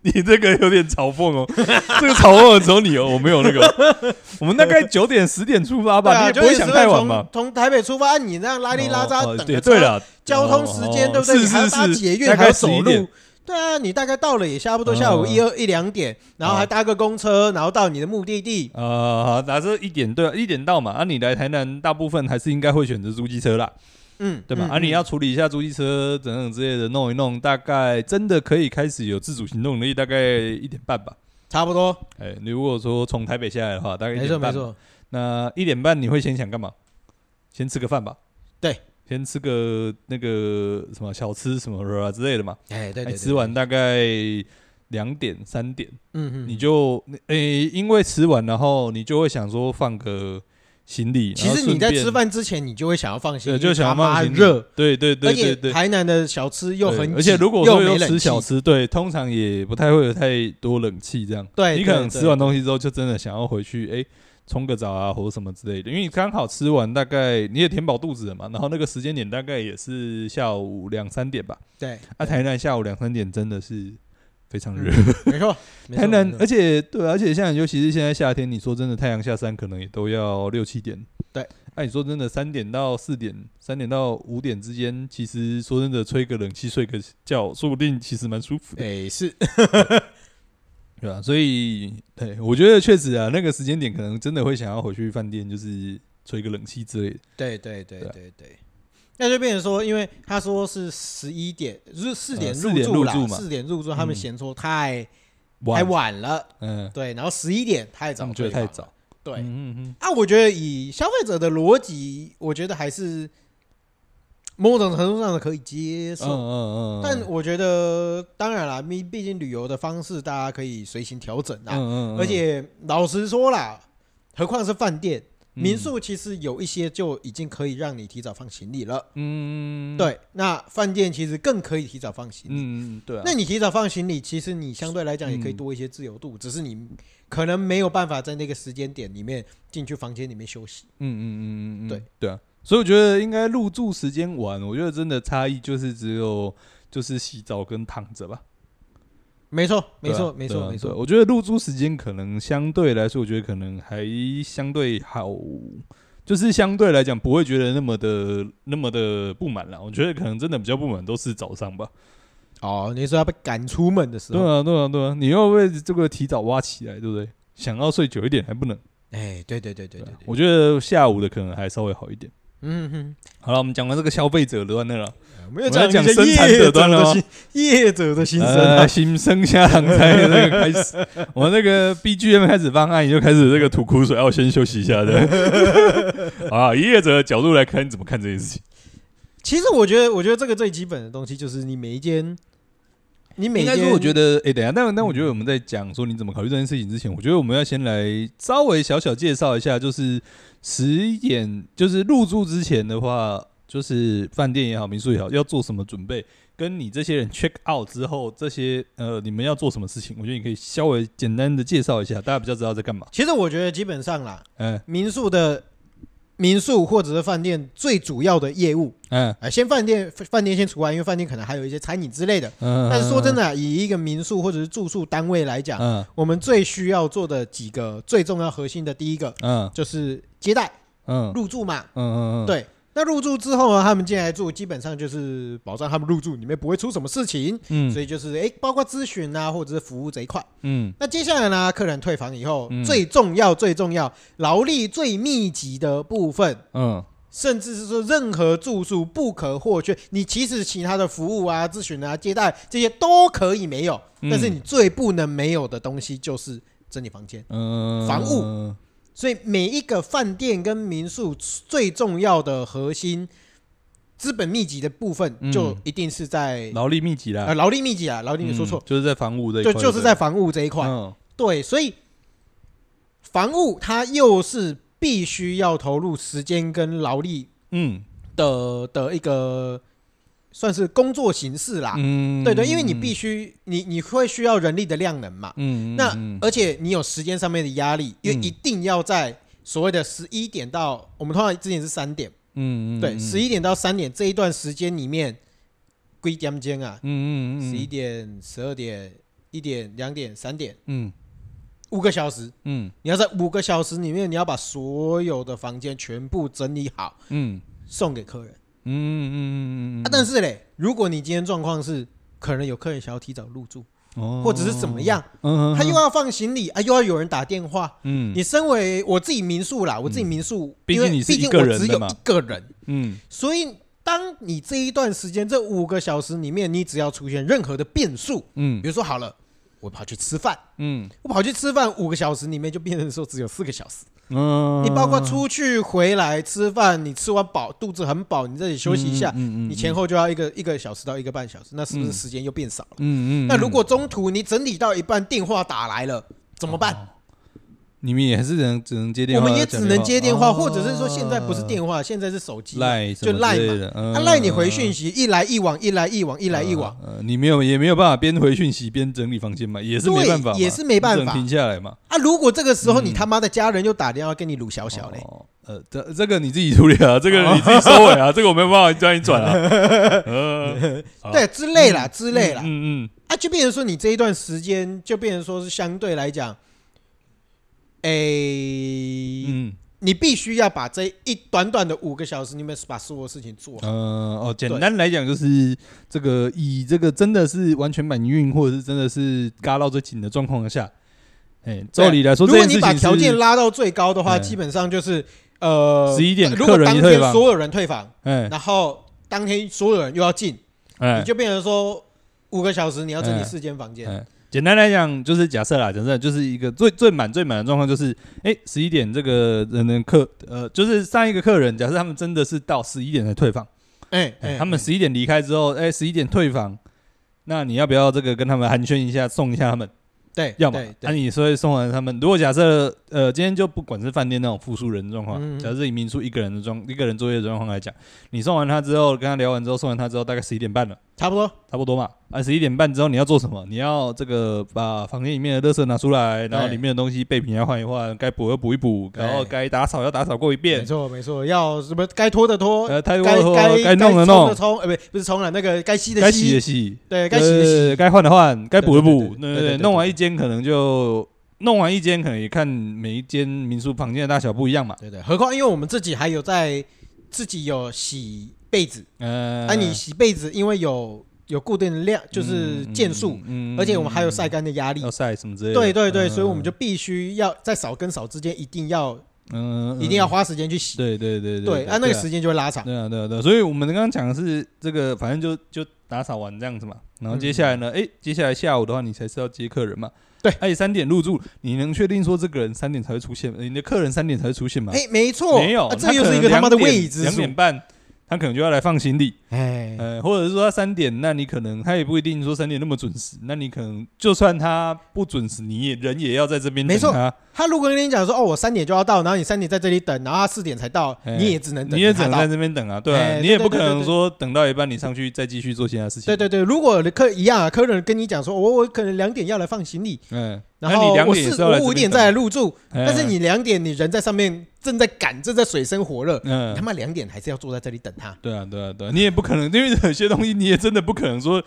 S2: 你这个有点嘲讽哦， 这个嘲讽的只有你哦，我没有那个， 我们大概九点十点出发
S1: 对
S2: 吧，你
S1: 啊，
S2: 也
S1: 就
S2: 不会想太晚嘛。
S1: 从从台北出发，啊你那样拉里拉扎
S2: 哦哦
S1: 等
S2: 对
S1: 个
S2: 对
S1: 车，啊
S2: 了，
S1: 交通时间
S2: 哦
S1: 对不对？
S2: 是
S1: 你还要
S2: 是
S1: 搭
S2: 是，
S1: 捷运，
S2: 大
S1: 还
S2: 概
S1: 要走
S2: 11
S1: 路
S2: 点。。
S1: 对啊，你大概到了也差不多下午
S2: 嗯
S1: 一二一两点，然后还搭个公车，然后到你的目的地。
S2: 呃，好打这一点对啊，一点到嘛。啊，你来台南大部分还是应该会选择租机车啦，
S1: 嗯，
S2: 对吧？
S1: 嗯
S2: 啊，
S1: 嗯
S2: 你要处理一下租机车等等之类的，弄一弄，大概真的可以开始有自主行动能力，大概一点半吧。
S1: 差不多，
S2: 哎，你如果说从台北下来的话，大概一
S1: 没错
S2: 点
S1: 没
S2: 半。
S1: 错。
S2: 那一点半你会先想干嘛？先吃个饭吧。
S1: 对，
S2: 先吃个那个什么小吃什么啊之类的嘛。
S1: 哎，对
S2: 哎
S1: 对，
S2: 吃完大概两点三点，
S1: 嗯
S2: 你
S1: 嗯，
S2: 就诶、因为吃完，然后你就会想说放个行李。
S1: 其
S2: 然后
S1: 实
S2: 顺
S1: 你在
S2: 便
S1: 吃，饭之前，你就会想要放心，
S2: 对，就想要
S1: 因为他
S2: 放
S1: 妈
S2: 行李
S1: 热，。
S2: 对对对
S1: 而
S2: 对
S1: 且
S2: 对。
S1: 台南的小吃又
S2: 对
S1: 很挤，
S2: 而且如果说
S1: 又
S2: 又
S1: 没冷
S2: 吃
S1: 气
S2: 小，吃，对，通常也不太会有太多冷气这样。
S1: 对
S2: 你
S1: 哎对
S2: 可能
S1: 对
S2: 吃完东西之后，就真的想要回去，哎，冲个澡啊，或者什么之类的。因为你刚好吃完，大概你也填饱肚子了嘛，然后那个时间点大概也是下午两三点吧。
S1: 对，
S2: 啊，台南下午两三点真的是非常热。
S1: 没错，没错
S2: 台南
S1: 没，错
S2: 而且对啊，而且像尤其是现在夏天，你说真的，太阳下山可能也都要六七点。
S1: 对，
S2: 哎、你说真的，三点到四点，三点到五点之间，其实说真的，吹个冷气，睡个觉，说不定其实蛮舒服的，
S1: 哎是，
S2: 对吧、所以，对，我觉得确实啊，那个时间点可能真的会想要回去饭店，就是吹个冷气之类的。
S1: 对对对
S2: 对啊
S1: 对对，那就变成说，因为他说是十一点，就是四点
S2: 呃
S1: 入
S2: 4点
S1: 住啦
S2: 入，住嘛
S1: 四点入住，他们
S2: 嗯
S1: 嫌说太太
S2: 晚，
S1: 晚了，
S2: 嗯，
S1: 对，然后十一点太
S2: 他
S1: 早，
S2: 们觉得太早，，
S1: 对
S2: 嗯嗯嗯，
S1: 啊，我觉得以消费者的逻辑，我觉得还是某种程度上的可以接
S2: 嗯
S1: 受。
S2: 嗯嗯，
S1: 但我觉得，当然啦，毕毕竟旅游的方式大家可以随行调整啊。
S2: 嗯嗯，
S1: 而且老实说啦，何况是饭店、
S2: 嗯
S1: 民宿，其实有一些就已经可以让你提早放行李了。
S2: 嗯，嗯，
S1: 对，那饭店其实更可以提早放行李。
S2: 嗯，对啊，
S1: 那你提早放行李，其实你相对来讲也可以多一些自由度，只是你可能没有办法在那个时间点里面进去房间里面休息。
S2: 嗯嗯嗯嗯，嗯
S1: 对
S2: 对啊，所以我觉得应该入住时间晚，我觉得真的差异就是只有就是洗澡跟躺着吧，
S1: 没错，没
S2: 对啊
S1: 错，没
S2: 对啊
S1: 错，没
S2: 对啊
S1: 错。
S2: 我觉得入住时间可能相对来说，我觉得可能还相对好，就是相对来讲不会觉得那么的那么的不满了。我觉得可能真的比较不满都是早上吧。
S1: 哦，你说要被赶出门的时
S2: 对
S1: 候，
S2: 啊，对啊，对啊，你要为这个提早挖起来，对不对？想要睡久一点还不能。
S1: 哎，对对对对
S2: 对
S1: 对
S2: 啊，
S1: 对，
S2: 我觉得下午的可能还稍微好一点。
S1: 嗯哼，
S2: 好了，我们讲完这个消费者端的了。
S1: 我们要
S2: 我们
S1: 讲
S2: 要
S1: 一
S2: 讲
S1: 些
S2: 生产
S1: 业
S2: 者
S1: 者
S2: 端了
S1: 的
S2: 吗
S1: 心，业者的心声啊
S2: 呃，。心声下郎才的那个开 始，我那个 BGM 开始放，按你就开始这个吐苦水，啊 我先休息一下的。啊，以业者的角度来看，你怎么看这件事情？
S1: 其实我觉得，我觉得这个最基本的东西就是你每一间，你每一
S2: 应该
S1: 间，
S2: 说，我觉得，哎、等一下，那那我
S1: 嗯
S2: 觉得我们在讲说你怎么考虑这件事情之前，我觉得我们要先来稍微小小介绍一下，就是十点，就是入住之前的话，就是饭店也好，民宿也好，要做什么准备，跟你这些人 check out 之后，这些呃，你们要做什么事情，我觉得你可以稍微简单的介绍一下，大家比较知道在干嘛。
S1: 其实我觉得基本上啦，
S2: 嗯
S1: 民宿的民宿或者是饭店最主要的业务，
S2: 嗯
S1: 哎，先饭店饭店先除外，因为饭店可能还有一些餐饮之类的。
S2: 嗯。
S1: 但是说真啊
S2: 的，
S1: 的啊、以一个民宿或者是住宿单位来讲，
S2: 嗯
S1: 我们最需要做的几个最重要核心的第一个
S2: 嗯
S1: 就是接待
S2: 嗯
S1: 入住嘛，
S2: 嗯嗯，
S1: 对。那入住之后呢，啊他们进来住，基本上就是保障他们入住里面不会出什么事情，
S2: 嗯
S1: 所以就是诶，包括咨询啊，或者是服务这一块。
S2: 嗯
S1: 那接下来呢，客人退房以后，
S2: 嗯
S1: 最重要、最重要、劳力最密集的部分，
S2: 嗯
S1: 甚至是说任何住宿不可或缺。你其实其他的服务啊、咨询啊、接待这些都可以没有，
S2: 嗯
S1: 但是你最不能没有的东西就是整理房间。
S2: 嗯，
S1: 房务所以每一个饭店跟民宿最重要的核心资本密集的部分，
S2: 嗯
S1: 就一定是在、
S2: 劳力密集啦
S1: 呃，劳力密集啊，劳力你
S2: 嗯
S1: 说错，
S2: 就是在房务这一
S1: 就
S2: 块，
S1: 就是在房务这一
S2: 对不
S1: 块。
S2: 对嗯
S1: 对，所以房务它又是必须要投入时间跟劳力
S2: 嗯。
S1: 的的一个算是工作形式啦。
S2: 嗯
S1: 对对，因为你必须你你会需要人力的量能嘛，
S2: 嗯，
S1: 那
S2: 嗯
S1: 而且你有时间上面的压力，因为
S2: 嗯
S1: 一定要在所谓的十一点到我们通常之前是三点，
S2: 嗯
S1: 对，十
S2: 一，
S1: 一点到三点这一段时间里面，归点间啊，
S2: 嗯嗯嗯，
S1: 十一，点、十二点、一点、两点、三点，
S2: 嗯
S1: 五个小时，
S2: 嗯
S1: 你要在五个小时里面，你要把所有的房间全部整理好，
S2: 嗯
S1: 送给客人。啊
S2: 嗯嗯嗯嗯，
S1: 啊，但是嘞，如果你今天状况是可能有客人想要提早入住，
S2: 但
S1: 或者是怎么，样，
S2: 嗯，
S1: 他又要放行李啊，又要有人打电话。
S2: 嗯
S1: 你身为我自己民宿啦，我自己民宿，
S2: 毕
S1: 因为
S2: 竟你是
S1: 毕
S2: 一
S1: 竟
S2: 个
S1: 我
S2: 人
S1: 只
S2: 的
S1: 有
S2: 嘛
S1: 一个人，
S2: 嗯
S1: 所以当你这一段时间这五个小时里面，你只要出现任何的变数，比
S2: 嗯
S1: 如说好了，我跑去吃饭，
S2: 嗯
S1: 我跑去吃饭五个小时里面就变成说只有四个小时。
S2: 嗯，
S1: 你包括出去回来吃饭，你吃完饱肚子很饱，你这里休息一下，
S2: 嗯
S1: 你前，后就要一个一个小时到一个半小时，那是不是
S2: 嗯
S1: 时间又变少了？
S2: 嗯嗯，
S1: 那如果中途你整理到一半，电话打来了怎么办？
S2: 你们也还是只能只能接哦电
S1: 我
S2: 话，哦
S1: 们也只能接电话，或者是说现在不是电话，现在是手机嘛，
S2: 赖，
S1: 就赖嘛。
S2: 的，嗯
S1: 他赖你回讯息，一来一往，一来一往，一来一往。，
S2: 你没有也没有办法边回讯息边整理房间嘛，也是没办法，停下来嘛，
S1: 啊，如果这个时候你
S2: 嗯
S1: 他妈的家人又打电话跟你鲁小小嘞，
S2: 哦呃，这这个你自己处理 啊，这个你自己收尾啊，这个我没有办法教你转啊。呃，好
S1: 对，之类啦，之类啦，
S2: 嗯嗯
S1: 啊，就变成说你这一段时间，就变成说是相对来讲，诶，
S2: 嗯
S1: 你必须要把这一短短的五个小时里面把所有事情做好。
S2: 呃哦，简单来讲就是这个以这个真的是完全满运，或者是真的是嘎到最紧的状况下，哎，照理来说
S1: 如
S2: 这
S1: 果
S2: 件
S1: 你
S2: 事
S1: 把
S2: 情
S1: 条件
S2: 是
S1: 拉到最高的话，
S2: 哎
S1: 基本上就是呃，
S2: 11点
S1: 如果
S2: 客人
S1: 当
S2: 一
S1: 天
S2: 退房
S1: 所有人退房，
S2: 哎
S1: 然后当天所有人又要进，你
S2: 哎
S1: 就变成说五个小时你要整理
S2: 哎
S1: 四间房间。
S2: 哎，简单来讲就是假设啦，假设就是一个最最满最满的状况就是，哎，十一点这个人的客呃，就是上一个客人，假设他们真的是到十一点才退房。
S1: 哎
S2: 哎
S1: 哎，
S2: 他们十一点离开之后，哎、十一点退房，那你要不要这个跟他们寒暄一下，送一下他们？
S1: 对，
S2: 要么
S1: 对，
S2: 那、
S1: 对
S2: 你所以送完他们，如果假设呃，今天就不管是饭店那种复数人的状况，
S1: 嗯
S2: 假设以民宿一个人的状一个人作业的状况来讲，你送完他之后，跟他聊完之后，送完他之后，大概十一点半了，
S1: 差不多。
S2: 差不多嘛。啊，十一点半之后你要做什么？你要这个把房间里面的垃圾拿出来，然后
S1: 对
S2: 里面的东西备品要换一换，该补要补一补，然后
S1: 对
S2: 该打扫要打扫过一
S1: 没
S2: 遍，
S1: 错没错，要什么该拖的拖，
S2: 呃，太多
S1: 该该
S2: 该弄的
S1: 冲
S2: 弄
S1: 的，冲，呃，不不是冲了，那个该吸
S2: 该
S1: 的
S2: 洗
S1: 吸，
S2: 的洗，
S1: 对，该洗的洗
S2: 呃。该换的换，该补的补，
S1: 对对对对
S2: 对
S1: 对对对
S2: 对，弄完一间可能就弄完一间，可能也看每一间民宿房间的大小不一样嘛。
S1: 对对，何况因为我们自己还有在自己有洗被子，
S2: 呃，
S1: 啊，你洗被子因为有有固定的量，就是
S2: 嗯
S1: 件数，，
S2: 嗯
S1: 而且我们还有晒干的压力
S2: 要。晒什么之类的。
S1: 对对对，
S2: 嗯
S1: 所以我们就必须要在少跟少之间一定要
S2: 嗯嗯
S1: 一定要花时间去洗，
S2: 对对对
S1: 对，啊，那个时间就会拉长。
S2: 对啊，对啊，对啊，所以我们刚刚讲的是这个，反正就就打扫完这样子嘛。然后接下来呢，哎、接下来下午的话，你才是要接客人嘛。
S1: 对
S2: 而且三点入住，你能确定说这个人三点才会出现吗？你的客人三点才会出现吗？
S1: 哎，没错，
S2: 没有，
S1: 啊这
S2: 他可
S1: 又是一
S2: 能
S1: 个他妈的
S2: 2点
S1: 未知
S2: 两
S1: 数
S2: 点。半，他可能就要来放行李，
S1: 哎，
S2: 呃，或者是说他三点，那你可能他也不一定说三点那么准时，那你可能就算他不准时，你也人也要在这边
S1: 没
S2: 等
S1: 错
S2: 他，
S1: 他如果跟你讲说哦，我三点就要到，然后你三点在这里等，然后他四点才到，
S2: 哎
S1: 你也只能等，
S2: 你也只能在。这边等啊，对啊，
S1: 哎
S2: 你也
S1: 对
S2: 不
S1: 对
S2: 可
S1: 对
S2: 能
S1: 对
S2: 说等到一半你上去再继续做其他事情，
S1: 对对对，如果客一样啊，客人跟你讲说，我我可能两点要来放行李，
S2: 嗯，
S1: 然
S2: 那
S1: 后
S2: 你两
S1: 我
S2: 点也
S1: 四
S2: 是要来
S1: 我
S2: 这
S1: 五
S2: 边
S1: 点
S2: 等
S1: 再来，入住，
S2: 哎
S1: 但是你两点你人在上面正在赶，正在水深火热，你他
S2: 嗯，
S1: 妈两点还是要坐在这里等他。
S2: 对啊对啊对啊，你也不可能，因为有些东西你也真的不可能说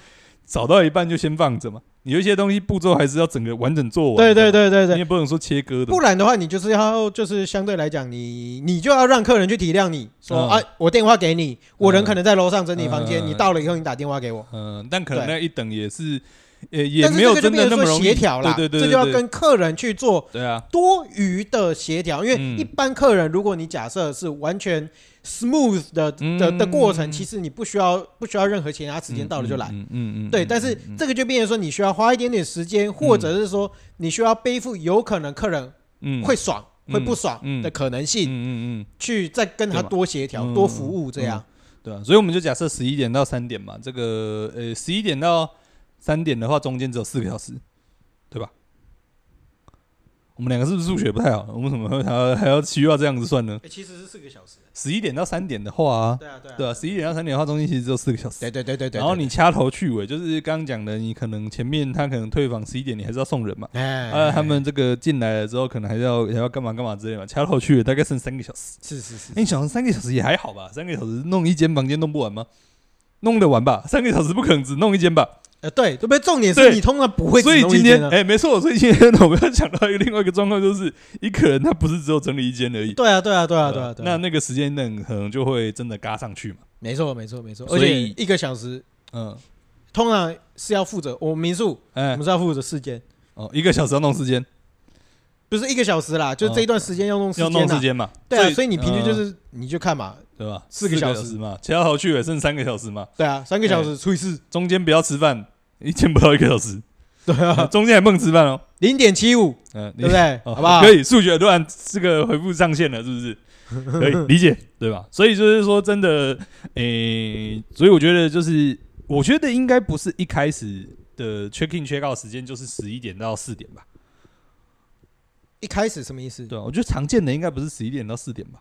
S2: 找到一半就先放着嘛，你有一些东西步骤还是要整个完整做完，
S1: 对对，对对
S2: 你
S1: 对，
S2: 也不能说切割的
S1: 不，然的话，你就是要就是相对来讲，你你就要让客人去体谅你，说
S2: 嗯
S1: 哎，我电话给你，我人可能在楼上整理房
S2: 嗯嗯
S1: 间，
S2: 嗯
S1: 你到了以后你打电话给我。
S2: 嗯，但可能
S1: 对
S2: 那一等也是，也也
S1: 但是
S2: 没
S1: 这
S2: 有
S1: 个就
S2: 真
S1: 变
S2: 的那
S1: 成
S2: 么
S1: 说
S2: 容易
S1: 协调啦，
S2: 对对对，
S1: 这就要
S2: 对
S1: 跟客人去做
S2: 对啊，
S1: 多余的协调，因
S2: 嗯
S1: 为一般客人，如果你假设是完全 smooth 的的的
S2: 嗯
S1: 过程，其实你不需要不需要任何其他时间到了就来。
S2: 嗯嗯嗯，
S1: 对，但是这个就变成说，你需要花一点点时间，或者是说你需要背负有可能客人
S2: 嗯
S1: 会爽、
S2: 嗯
S1: 会不爽
S2: 嗯
S1: 的可能
S2: 嗯
S1: 性，
S2: 嗯嗯，
S1: 去再跟他
S2: 对吧
S1: 多协调
S2: 嗯、
S1: 多服务这样。
S2: 对啊，所以我们就假设十一点到三点嘛，这个呃十一点到三点的话，中间只有四个小时，对吧？我们两个是不是数学不太好？我们怎么会还要还要需要这样子算呢？
S1: 哎，其实是四个小时。
S2: 十一点到三点的话、啊，
S1: 对啊，对啊，
S2: 对啊，十一点到三点的话，中间其实只有四个小时。
S1: 对对对对对。
S2: 然后你掐头去尾，就是刚刚讲的，你可能前面他可能退房十一点，你还是要送人嘛。
S1: 哎，
S2: 啊，他们这个进来了之后，可能还是要还要干嘛干嘛之类嘛，掐头去尾大概剩三个小时。
S1: 是是是
S2: 哎、，你想三个小时也还好吧？三个小时弄一间房间弄不完吗？弄得完吧？三个小时不可能只弄一间吧？
S1: 呃，对，对不对？重点是
S2: 对
S1: 你通常不会
S2: 所
S1: 只
S2: 以
S1: 弄
S2: 今
S1: 一
S2: 天
S1: 间啊。
S2: 哎、没错， 所以今天我们要讲到一个另外一个状况，就是一个人他不是只有整理一间而已。
S1: 对啊，对啊，对啊，对
S2: 吧
S1: 啊，对
S2: 那
S1: 啊，
S2: 那个时间等可能就会真的嘎上去嘛。
S1: 没错，没错，没错。
S2: 所
S1: 而且
S2: 以
S1: 一个小时
S2: 嗯，
S1: 通常是要负责我们民宿，
S2: 哎、
S1: 我们是要负责四间，
S2: 哦，一个小时要弄时间，
S1: 不是一个小时啦，就
S2: 哦
S1: 是这一段时间要弄时
S2: 要
S1: 间
S2: 弄
S1: 啦
S2: 时间嘛。
S1: 对啊，所以你平均就
S2: 嗯
S1: 是你就看嘛，
S2: 对吧？
S1: 四个
S2: 个
S1: 小
S2: 小
S1: 时
S2: 嘛，掐头去尾剩三个小时嘛，
S1: 对啊，三个小
S2: 哎
S1: 时除以 四，
S2: 中间不要吃饭，一天不到一个小时，
S1: 对啊，
S2: 中间还不能吃饭哦。
S1: 零点七五，
S2: 嗯、你
S1: 对不对？
S2: 哦
S1: 好不好？
S2: 可以，数学突然这个回复上线了，是 不是？可以理解，对吧？所以就是说，真的，诶、所以我觉得就是，我觉得应该不是一开始的 check in check out 时间就是十一点到四点吧？
S1: 一开始什么意思？
S2: 对啊，我觉得常见的应该不是十一点到四点吧，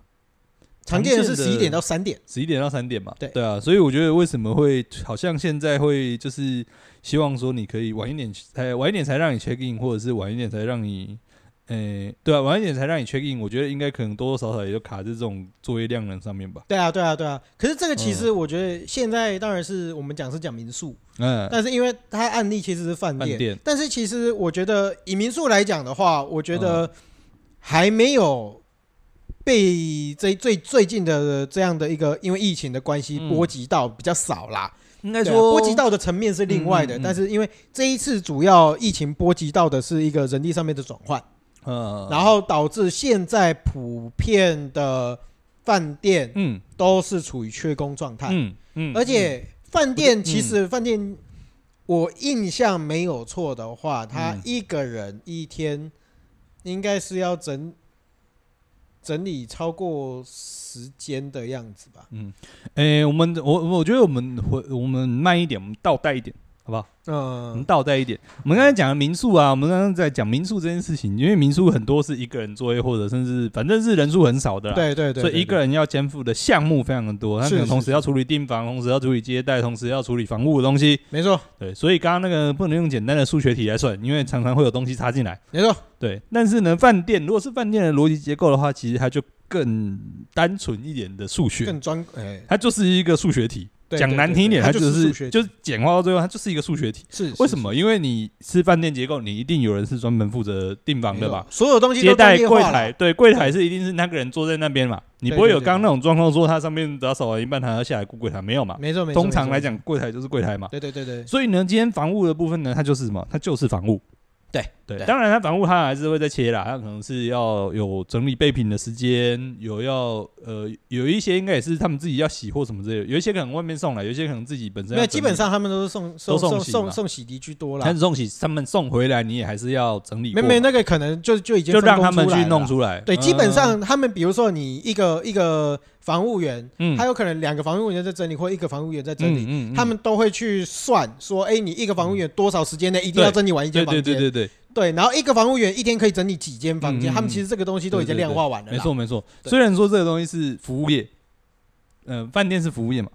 S1: 常见的是
S2: 常见
S1: 十
S2: 的
S1: 一点到三点，
S2: 十一点到三点嘛。
S1: 对
S2: 对啊，所以我觉得为什么会好像现在会就是希望说你可以晚一点，才晚一点才让你 check in，或者是晚一点才让你，诶、对啊，晚一点才让你 check in，我觉得应该可能多多少少也就卡在这种作业量能上面吧。
S1: 对啊，对啊，对啊。可是这个其实我觉得现在当然是我们讲是讲民宿，
S2: 嗯，
S1: 但是因为它案例其实是饭
S2: 饭店
S1: 店，但是其实我觉得以民宿来讲的话，我觉
S2: 嗯
S1: 得还没有被这最最近的这样的一个因为疫情的关系
S2: 嗯
S1: 波及到比较少啦。
S2: 应该
S1: 对啊波及到的层面是另外的，
S2: 嗯嗯嗯
S1: 但是因为这一次主要疫情波及到的是一个人力上面的转换，
S2: 嗯，
S1: 然后导致现在普遍的饭店
S2: 嗯
S1: 都是处于缺工状态，
S2: 嗯嗯，
S1: 而且饭
S2: 嗯
S1: 店其实饭店我印象没有错的话，他
S2: 嗯
S1: 一个人一天应该是要整整理超过时间的样子
S2: 嗯
S1: 吧？
S2: 诶、呃我们我我觉得我们回我们慢一点，我们倒带一点，好不好？我
S1: 嗯，
S2: 们倒带一点。我们刚才讲的民宿啊，我们刚刚在讲民宿这件事情，因为民宿很多是一个人作业，或者甚至反正是人数很少的啦。
S1: 对对对，
S2: 啊所以一个
S1: 人
S2: 人要肩负的项目非常的多，他可
S1: 是
S2: 能
S1: 是
S2: 同时要处理订房，同时要处理接待，同时要处理房务的东西。
S1: 没错
S2: 对，所以刚刚那个不能用简单的数学题来算，因为常常会有东西插进来。
S1: 没错，
S2: 对，但是呢，饭店如果是饭店的逻辑结构的话，其实它就更单纯一点的数学，
S1: 更专哎。
S2: 它就是一个数学题。
S1: 对
S2: 讲
S1: 对
S2: 难
S1: 对
S2: 听一
S1: 对
S2: 点，
S1: 它
S2: 它
S1: 就是
S2: 是
S1: 数学
S2: 就是简化到最后，它就是一个数学题。
S1: 是
S2: 为什么？因为你是饭店结构，你一定有人是专门负责订房的吧？？
S1: 是是没错所有东西
S2: 接
S1: 都
S2: 待
S1: 专业
S2: 柜
S1: 化了
S2: 台，，对，柜台是一定是那个人坐在那边嘛，你不会有
S1: 对对对
S2: 刚刚那种状况说他上面打扫完一半，他要下来顾柜台，没有嘛？
S1: 没错没错。
S2: 通常
S1: 没错
S2: 来，讲，柜台就是柜台嘛。
S1: 对对对对，
S2: 所以呢，今天房务的部分呢，它就是什么？它就是房务。
S1: 对
S2: 对，
S1: 对
S2: 当然它防护它还是会再切啦，它可能是要有整理备品的时间，有要呃有一些应该也是他们自己要洗或什么之类的，有一些可能外面送来，有一些可能自己本身
S1: 没
S2: 要
S1: 有，
S2: 整理
S1: 基本上他们都是送送
S2: 都送
S1: 送
S2: 洗
S1: 送
S2: 嘛
S1: 送洗涤居多啦
S2: 但。是送洗他们送回来，你也还是要整理
S1: 没
S2: 过嘛，
S1: 没那个可能就就已经
S2: 就
S1: 分
S2: 让
S1: 工
S2: 他们
S1: 出来
S2: 去
S1: 了
S2: 弄
S1: 啦
S2: 出来。
S1: 对，基本
S2: 嗯
S1: 上他们比如说你一个一个防务员，
S2: 嗯
S1: 他有可能两个防务员在整理，或一个防务员在整理，
S2: 嗯嗯嗯
S1: 他们都会去算说，哎，你一个防务员多少时间内一定
S2: 对
S1: 要整理完一间
S2: 对
S1: 房
S2: 对
S1: 间？
S2: 对对对，
S1: 对然后一个防务员一天可以整理几间房间？
S2: 嗯嗯
S1: 他们其实这个东西都已经量化完了啦。
S2: 没错没错。
S1: 对
S2: 虽然说这个东西是服务业，呃，饭店是服务业嘛，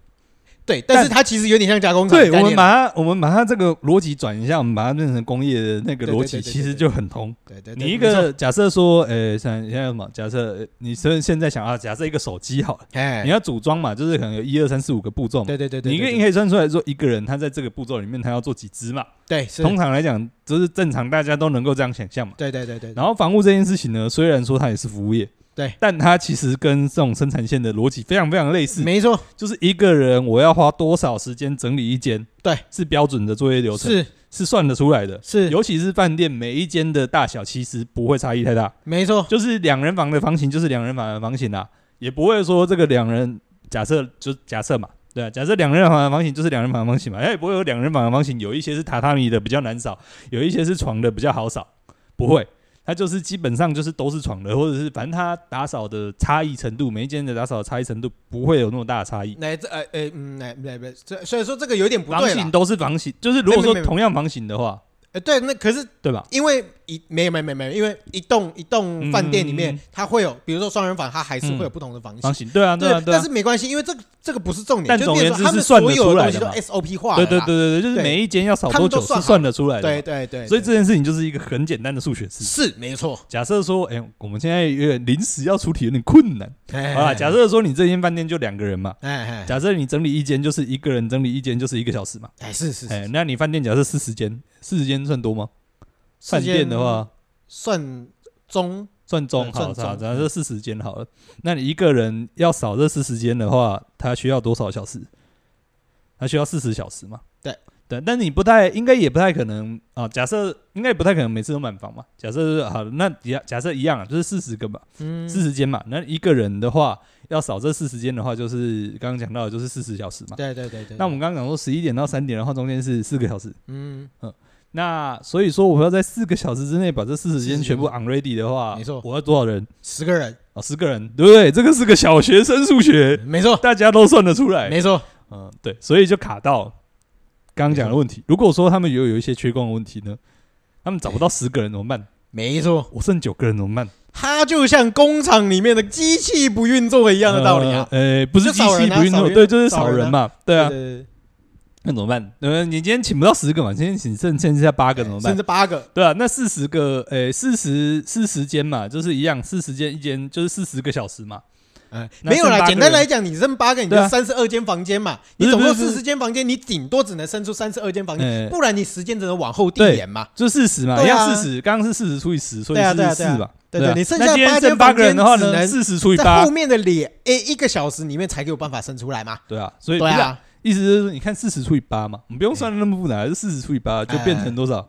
S1: 对，但是它其实有点像加工厂的
S2: 对
S1: 概念啦。
S2: 我们把它我们把它这个逻辑转一下，我们把它变成工业的那
S1: 对
S2: 个
S1: 对
S2: 逻
S1: 对
S2: 辑，
S1: 对对
S2: 其实
S1: 对
S2: 就很通。
S1: 对对，对
S2: 你一，
S1: 没错
S2: 个假设说，呃，像现在什么？假设呃你现现在想啊，假设一个手机好了，你
S1: 哎，
S2: 要组装嘛，就是可能有一二三四五个步骤嘛。
S1: 对对对对，
S2: 你一个
S1: 对
S2: 你可以算出来说，一个人他在这个步骤里面他要做几只嘛？
S1: 对是，
S2: 通常来讲，就是正常大家都能够这样想象嘛。
S1: 对对对对，
S2: 然后房屋这件事情呢，虽然说它也是服务业，
S1: 对，
S2: 但它其实跟这种生产线的逻辑非常非常类似，
S1: 没错，
S2: 就是一个人我要花多少时间整理一间，
S1: 对，
S2: 是标准的作业流程，
S1: 是
S2: 是算得出来的。
S1: 是，
S2: 尤其是饭店，每一间的大小其实不会差异太大，
S1: 没错，
S2: 就是两人房的房型就是两人房的房型啦、也不会说这个两人假设就假设嘛，对啊，假设两人房的房型就是两人房的房型嘛，哎它也不会有两人房的房型，有一些是榻榻米的比较难扫，有一些是床的比较好扫，不会，它就是基本上就是都是床的，或者是反正它打扫的差异程度，每一间的打扫的差异程度不会有那么大的差异。
S1: 来这呃呃嗯来来来，这所以说这个有点不
S2: 房
S1: 对
S2: 型
S1: 了，
S2: 都是房型，就是如果
S1: 没
S2: 说
S1: 没没
S2: 同样房型的话，
S1: 呃对，那可是
S2: 对吧？
S1: 因为一没有没有没有没有，因为一栋一栋饭店里面
S2: 嗯，
S1: 它会有，比如说双人房，它还是
S2: 嗯
S1: 会有不同的房型
S2: 房。型对啊，对啊，
S1: 对，
S2: 对啊
S1: 但是。没关系，因为这个这个不是重点，
S2: 但
S1: 就
S2: 总
S1: 变
S2: 言
S1: 成
S2: 之
S1: 他们
S2: 是算
S1: 所
S2: 得
S1: 有
S2: 出
S1: 的
S2: 来
S1: 东西
S2: 的
S1: 都
S2: 嘛
S1: SOP 化了
S2: 对
S1: 啦。
S2: 对对对对，就是
S1: 对
S2: 每一间要扫
S1: 他
S2: 多
S1: 们都
S2: 久是
S1: 算
S2: 算
S1: 好
S2: 得出来的嘛。
S1: 对对对，
S2: 所以
S1: 哎对
S2: 这件事情就是一个很简单的数学式。
S1: 是没错。
S2: 假设说，哎、我们现在有点临时要出题，有点困难好啦，
S1: 哎
S2: 假设说你这间饭店就两个人嘛，
S1: 哎哎
S2: 假设你整理一间就是一个人整理一间就是一个小时嘛，
S1: 哎，是是
S2: 哎、
S1: 是，
S2: 那你饭店假设四十间，四十间算多吗？饭
S1: 时间
S2: 店的话
S1: 算中
S2: 算中
S1: 嗯
S2: 好，
S1: 算嗯
S2: 假
S1: 中
S2: 假设四十间好了，那你一个人要扫这四十间的话，他需要多少小时？他需要四十小时嘛？
S1: 对
S2: 对，但你不太应该也不太可能啊。假设应该也不太可能每次都满房嘛。假设是好，那假假设一样啊，就是四十个嘛，
S1: 嗯
S2: 四十间嘛。那一个人的话，要扫这四十间的话，就是刚刚讲到的就是四十小时嘛。
S1: 对对对对。
S2: 那我们刚刚讲说十一点到三点的话，中间是四个小时。
S1: 嗯，
S2: 那所以说，我要在四个小时之内把这四十间全部 on ready 的话，
S1: 没错
S2: 我要多少人？
S1: 十个人，
S2: 啊，十个人，对不对？这个是个小学生数学，
S1: 没错
S2: 大家都算得出来。
S1: 没错，
S2: 嗯，对，所以就卡到刚刚讲的问题。如果说他们有有一些缺工的问题呢，他们找不到十个人怎么办？
S1: 没错，
S2: 我剩九个人怎么办？
S1: 它就像工厂里面的机器不运作一
S2: 一
S1: 样的道理啊。
S2: 呃，不是
S1: 就
S2: 机
S1: 少
S2: 器
S1: 人啊
S2: 不运
S1: 少
S2: 作，
S1: 人
S2: 对，就是
S1: 少
S2: 少
S1: 人
S2: 人
S1: 啊
S2: 嘛，对啊。
S1: 对，
S2: 那怎么办？呃，你今天请不到十个嘛，今天请剩剩下八个怎么办
S1: 甚至？八个，
S2: 对啊，那四十个，呃，四十四十间嘛，就是一样，四十间一间就是四十个小时嘛。
S1: 哎，
S2: 那
S1: 没有
S2: 剩八
S1: 啦，
S2: 个
S1: 简单来讲，你扔八个，你
S2: 对啊
S1: 就三十二间房间嘛。你
S2: 不是
S1: 总
S2: 不
S1: 共
S2: 是不
S1: 四
S2: 是
S1: 十间房间，你顶多只能生出三十二间房间，
S2: 呃，
S1: 不然你时间只能往后递
S2: 对
S1: 延嘛。
S2: 就四十嘛，
S1: 对啊
S2: 要四十，刚刚是四十除以十，所以
S1: 对啊
S2: 四
S1: 对啊对啊
S2: 十四吧。
S1: 对
S2: 啊
S1: 对你剩
S2: 那
S1: 下
S2: 今天
S1: 八间
S2: 剩八个人的话
S1: 房
S2: 呢，
S1: 间
S2: 四十除以
S1: 在
S2: 八
S1: 后，面的脸，哎，一个小时里面才给我办法生出来嘛。
S2: 对啊，所以
S1: 对
S2: 不是啊，
S1: 啊，
S2: 意思就是你看四十除以八嘛，你不用算的那么复
S1: 哎
S2: 杂，就四十除以八就变成多少？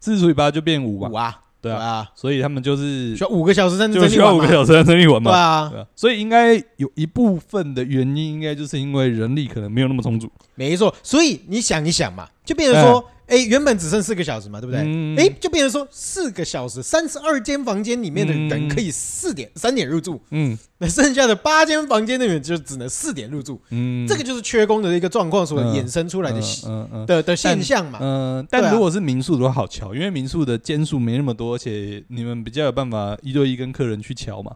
S2: 四十除以八就变五
S1: 五
S2: 嘛，
S1: 啊，
S2: 对啊，
S1: 啊，
S2: 所以他们就是
S1: 需要五个小时才能
S2: 就
S1: 整
S2: 需
S1: 理
S2: 要
S1: 完
S2: 五个
S1: 嘛。
S2: 小时才整理完
S1: 对
S2: 嘛。
S1: 啊，
S2: 对啊所以应该有一部分的原因，应该就是因为人力可能没有那么充足，
S1: 没错。所以你想一想嘛，就变成说，哎，原本只剩四个小时嘛，对不对？
S2: 嗯
S1: 哎，，就变成说四个小时，三十二间房间里面的人可以四点三点入住，
S2: 嗯
S1: 那剩下的八间房间的人就只能四点入住。
S2: 嗯，
S1: 这个就是缺工的一个状况所
S2: 嗯
S1: 衍生出来的
S2: 嗯
S1: 现
S2: 嗯嗯
S1: 的的现象嘛。
S2: 嗯，
S1: 对
S2: 但
S1: 啊
S2: 如果是民宿的话，好瞧，因为民宿的间数没那么多，而且你们比较有办法一对一跟客人去瞧嘛。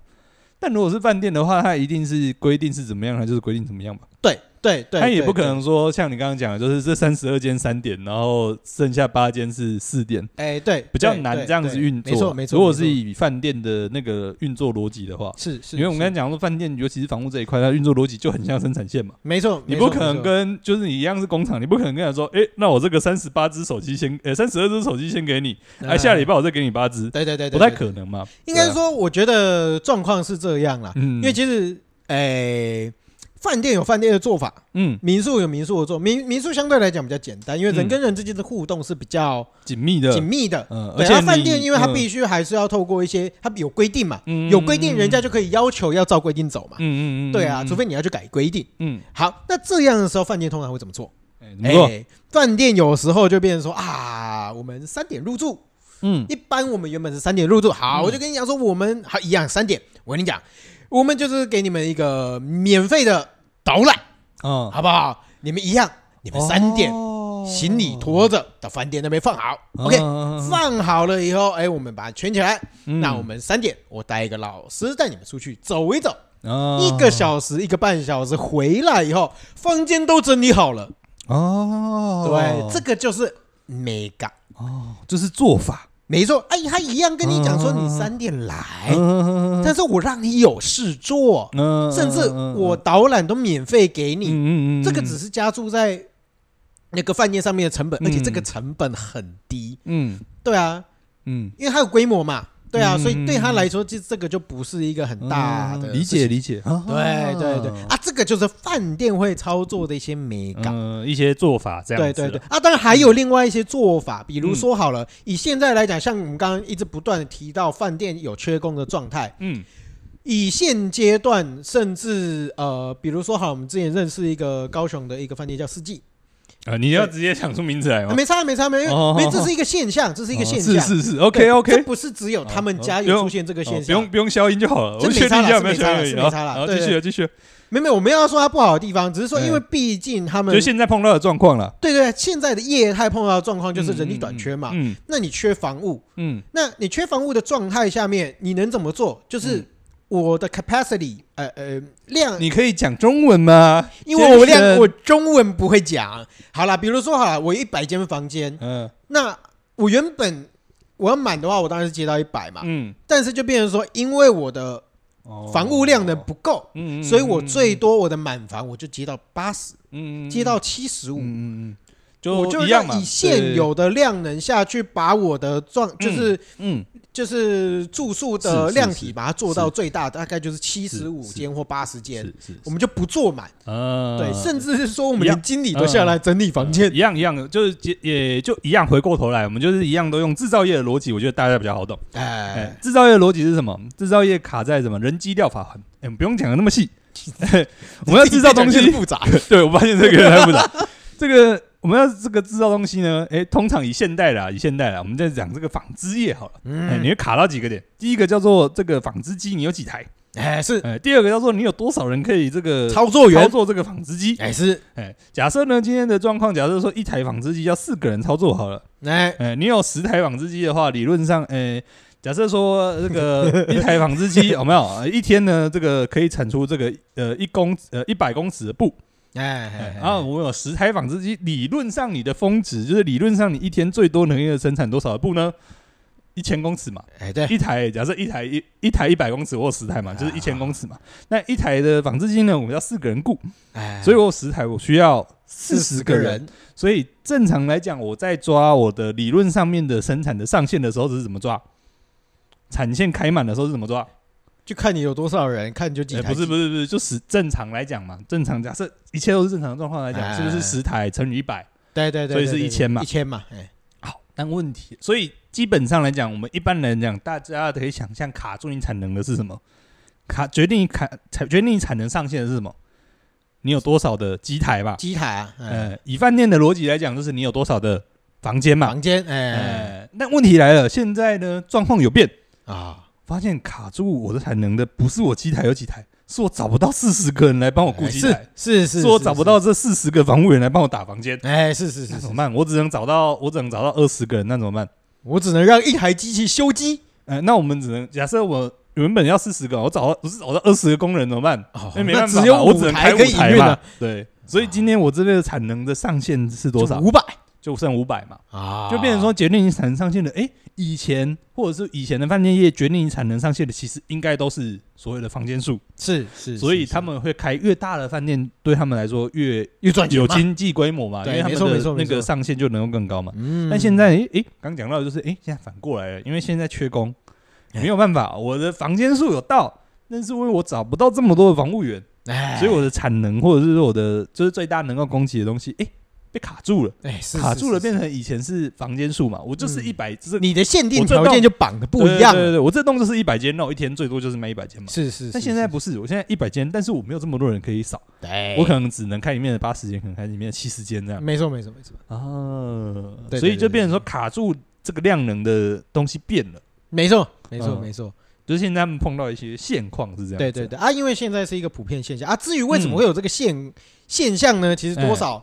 S2: 但如果是饭店的话，它一定是规定是怎么样，它就是规定怎么样吧。
S1: 对对对，
S2: 它也
S1: 对
S2: 不可。能说像你刚刚讲的，就是这三十二间三点，然后剩下八间是四点，
S1: 对哎，对，
S2: 比较
S1: 对
S2: 难
S1: 对
S2: 这样子
S1: 对
S2: 运作。
S1: 没错没错。
S2: 如果
S1: 没错
S2: 是以饭店的那个运作逻辑的话，
S1: 是是，
S2: 因为我们
S1: 是
S2: 刚才讲说饭店，尤其是房屋这一块，它运作逻辑就很像生产线嘛。
S1: 没错，
S2: 你
S1: 没
S2: 不
S1: 错
S2: 可能。
S1: 没错
S2: 跟就是你一样是工厂，你不可能跟他说，诶，那我这个三十八只手机先，呃，三十二只手机先给你，哎，
S1: 嗯
S2: 下礼拜我再给你八只，
S1: 对对对，对
S2: 不太
S1: 对
S2: 可能嘛。
S1: 应该
S2: 对啊，
S1: 说，我觉得状况是这样啦，
S2: 嗯，
S1: 因为其实，哎，饭店有饭店的做法，
S3: 嗯，
S1: 民宿有民宿的做，民民宿相对来讲比较简单，因为人
S3: 嗯
S1: 跟人之间的互动是比较
S3: 紧密的，
S1: 紧密的。
S3: 嗯，而
S1: 对，
S3: 且
S1: 它饭店
S3: 你
S1: 因为它
S3: 嗯
S1: 必须还是要透过一些，它有规定嘛，
S3: 嗯
S1: 有规定人家就可以要求要照规定走嘛。
S3: 嗯嗯嗯，
S1: 对啊，
S3: 嗯
S1: 除非你要去改规定。
S3: 嗯，
S1: 好，那这样的时候，饭店通常会怎么做？
S3: 哎怎么说？
S1: 哎饭店有时候就变成说啊，我们三点入住，
S3: 嗯
S1: 一般我们原本是三点入住，
S3: 嗯
S1: 好，我就跟你讲说，我们好一样三点。我跟你讲，我们就是给你们一个免费的导览，
S3: 啊，
S1: 好不好？你们一样，你们三点
S3: 哦
S1: 行李拖着到饭店那边放好，OK，
S3: 嗯
S1: 放好了以后，哎，我们把它圈起来。
S3: 嗯
S1: 那我们三点，我带一个老师带你们出去走一走，
S3: 啊
S1: 一个小时、一个半小时，回来以后，房间都整理好了。
S3: 哦，
S1: 对，这个就是美感，
S3: 哦就是做法，
S1: 没错。哎，他一样跟你讲说，
S3: 嗯
S1: 你三点来，
S3: 嗯
S1: 但是我让你有事做，
S3: 嗯
S1: 甚至我导览都免费给你，
S3: 嗯
S1: 这个只是加注在那个饭店上面的成本，
S3: 嗯
S1: 而且这个成本很低。
S3: 嗯
S1: 对啊，
S3: 嗯
S1: 因为它有规模嘛，对啊，
S3: 嗯
S1: 所以对他来说，这这个就不是一个很大的
S3: 嗯理解
S1: 事情。
S3: 理解，啊
S1: 对对对啊，这个就是饭店会操作的一些美感。
S3: 嗯
S2: 一些做法这样
S1: 对
S2: 子
S1: 对
S2: 了。
S1: 对啊，当然还有另外一些做法，比
S3: 嗯
S1: 如说好了，以现在来讲，像我们刚刚一直不断的提到饭店有缺工的状态，
S3: 嗯
S1: 以现阶段甚至呃，比如说好，我们之前认识一个高雄的一个饭店叫四季，
S3: 啊，你要直接想出名字来
S1: 啊
S3: 吗？
S1: 没差没差没差，因
S3: 哎
S1: 为
S3: 哦
S1: 因为这是一个现象，这是一个现象。
S3: 是是是
S1: 对
S3: ，OK
S1: 这
S3: OK，
S1: 不是只有他们家
S3: 哦
S1: 有出现这个现
S3: 不
S1: 象，
S3: 用不用消音就好了，
S1: 这
S3: 我
S1: 没
S3: 确
S1: 差
S3: 定
S1: 啦
S3: 一下
S1: 是
S3: 没有消音
S1: 没差啦是
S3: 啊
S1: 没差啦
S3: 好
S1: 对
S3: 继续
S1: 对
S3: 啊继续，
S1: 没有没有，我没有要说它不好的地方，只是说因为毕竟他
S3: 哎
S1: 们
S3: 就现在碰到的状况了，
S1: 对对对现在的业态碰到的状况就是人力短缺嘛，
S3: 嗯
S1: 那你缺房务，
S3: 嗯
S1: 那你缺房屋的状态下面，你能怎么做？就是我的 capacity，、呃呃量
S3: 嗯，，你可以讲中文吗？
S1: 因为我
S3: 先生
S1: 量我中文不会讲。啊好啦，比如说好了，我一百间房间，
S3: 嗯
S1: 那我原本我要满的话，我当然是接到一百嘛，
S3: 嗯，哦
S1: 但是就变成说，因为我的房屋量呢
S3: 的，
S1: 不够。
S3: 嗯嗯
S1: 所以我最多我的满房我就接到八十，
S3: 嗯嗯
S1: 接到七十五，
S3: 嗯嗯嗯，
S1: 我就
S3: 一样嘛
S1: 让，以现
S3: 对
S1: 有的量能下去把我的状就是
S3: 嗯
S1: 就是住宿的
S3: 是是
S1: 量
S3: 是
S1: 体把它做到最大，大概就是七十五间或八十间
S3: 是，是
S1: 我们就不做满。
S2: 啊
S1: 对，甚至是说我们
S2: 一
S1: 连
S2: 样
S1: 经理都
S2: 嗯
S1: 下来整理房间
S2: 一。样一样的，就是也也就一样。回过头来，我们就是一样都用制造业的逻辑，我觉得大家比较好懂。哎
S1: 哎，，
S2: 制造业的逻辑是什么？制造业卡在什么？人机料法环。哎，我们不用讲的那么 细。我们要制造东
S1: 自己 讲越，
S2: 西
S1: 复杂，
S2: 对我发现这个太复杂。 这个我们要这个制造东西呢，哎，通常以现代啦，以现代啦，啊我们再讲这个纺织业好了。哎，
S1: 嗯，
S2: 你会卡到几个点？第一个叫做这个纺织机，你有几台？
S1: 哎是
S2: 哎，第二个叫做你有多少人可以这个
S1: 操作
S2: 呃操
S1: 员，
S2: 作这个纺织机？
S1: 哎是
S2: 哎，假设呢今天的状况，假设说一台纺织机要四个人操作好了，
S1: 哎
S2: 哎，你有十台纺织机的话，理论上，哎，假设说这 个一台纺织机有没有呃一天呢？这个可以产出这个呃一公呃一百公尺的布，
S1: 哎
S2: 哎，然后我们有十台纺织机，理论上你的峰值就是理论上你一天最多能够生产多少的布呢？一千公尺嘛，
S1: 哎对，
S2: 一台假设一台一一台一百公尺，我有十台嘛，就是一千公尺嘛。那一台的纺织机呢，我们要四个人雇，
S1: 哎
S2: 所以我有十台我需要四
S1: 40
S2: 十个人。，所以正常来讲，我在抓我的理论上面的生产的上限的时候是怎么抓？产线开满的时候是怎么抓？
S1: 就看你有多少人，看你就几
S2: 哎
S1: 台
S2: 不
S1: 机，
S2: 是不是不是，就是正常来讲嘛，正常假设一切都是正常的状况来
S1: 哎
S2: 讲，是不是十台乘以一百？
S1: 对对对，
S2: 所以
S1: 对
S2: 是
S1: 对
S2: 1000嘛
S1: 一千嘛，哎
S2: 好，但问题，所以基本上来讲，我们一般人讲，大家可以想象卡住你产能的是什么？卡决定卡产决定你产能上限的是什么？你有多少的机台吧？
S1: 机台啊，哎
S2: 呃，以饭店的逻辑来讲，就是你有多少的房间嘛？
S1: 房间，哎
S2: 呃，那问题来了，现在呢状况有变，
S1: 啊，
S2: 发现卡住我的产能的不是我机台有几台，是我找不到四十个人哦来帮我顾
S1: 哎
S2: 机
S1: 是
S2: 台，
S1: 是是，
S2: 是我
S1: 是
S2: 找不，到这四十个房务员来帮我打房间
S1: 是，哎是是
S2: 那
S1: 是
S2: 怎
S1: 是
S2: 么，办？我只能找到我只能找到二十个人，那怎么办？
S1: 我只能让一台机器修机。
S2: 呃，那我们只能假设我原本要四十个，我找到我是找到二十个工人怎么办？
S1: 哦
S2: 因为没办法嘛，
S1: 那只有
S2: 我只能开
S1: 台
S2: 五
S1: 可以
S2: 台
S1: 营运啊
S2: 嘛
S1: 了，。
S2: 对，所以今天我这边的产能的上限是多少？
S1: 五百
S2: 就剩五百嘛，
S1: 啊
S2: 就变成说决定你产能上限的。诶，以前或者是以前的饭店业决定你产能上限的，其实应该都是所谓的房间数，
S1: 是是，
S2: 所以
S1: 是
S2: 他们会开越大的饭店，对他们来说越
S1: 越赚钱
S2: 有
S1: 嘛，
S2: 经济规模嘛，因
S1: 对
S2: 为他
S1: 没
S2: 们
S1: 错没错
S2: 的
S1: 没
S2: 那
S1: 错
S2: 个上限就能够更高嘛。
S1: 嗯
S2: 但现在，诶诶，刚讲到的就是，诶，现在反过来了，因为现在缺
S1: 哎
S2: 工，没有办法，我的房间数有到，但是因为我找不到这么多的房务员，
S1: 哎，
S2: 所以我的产能或者是说我的就是最大能够供给的东西，哎，被卡住了，
S1: 哎是
S2: 卡
S1: 是
S2: 住了，
S1: 是
S2: 变成以前是房间数嘛，我就是
S1: 嗯
S2: 一百，这
S1: 你的限定
S2: 我这
S1: 条
S2: 栋
S1: 件就绑的不一样
S2: 对对对
S1: 了，
S2: 对，我这栋就是一百间肉，一天最多就是卖一百间嘛。
S1: 是是。
S2: 但
S1: 是
S2: 现在
S1: 是哎
S2: 不是，我现在一百间，但是我没有这么多人可以扫，
S1: 对，
S2: 我可能只能开里面的八十间，可能开里面的七十间这样。
S1: 没错没错没错，
S2: 啊，
S1: 嗯对
S2: 所
S1: 对
S2: 以就
S1: 对
S2: 变成说卡住这个量能的东西变了，
S1: 没错没错
S2: 嗯
S1: 没错，
S2: 就是现在他们碰到一些现况是这样。
S1: 对对，对啊，因为现在是一个普遍现象啊。至于为
S2: 嗯
S1: 什么会有这个现现象呢？其实
S2: 哎
S1: 多少，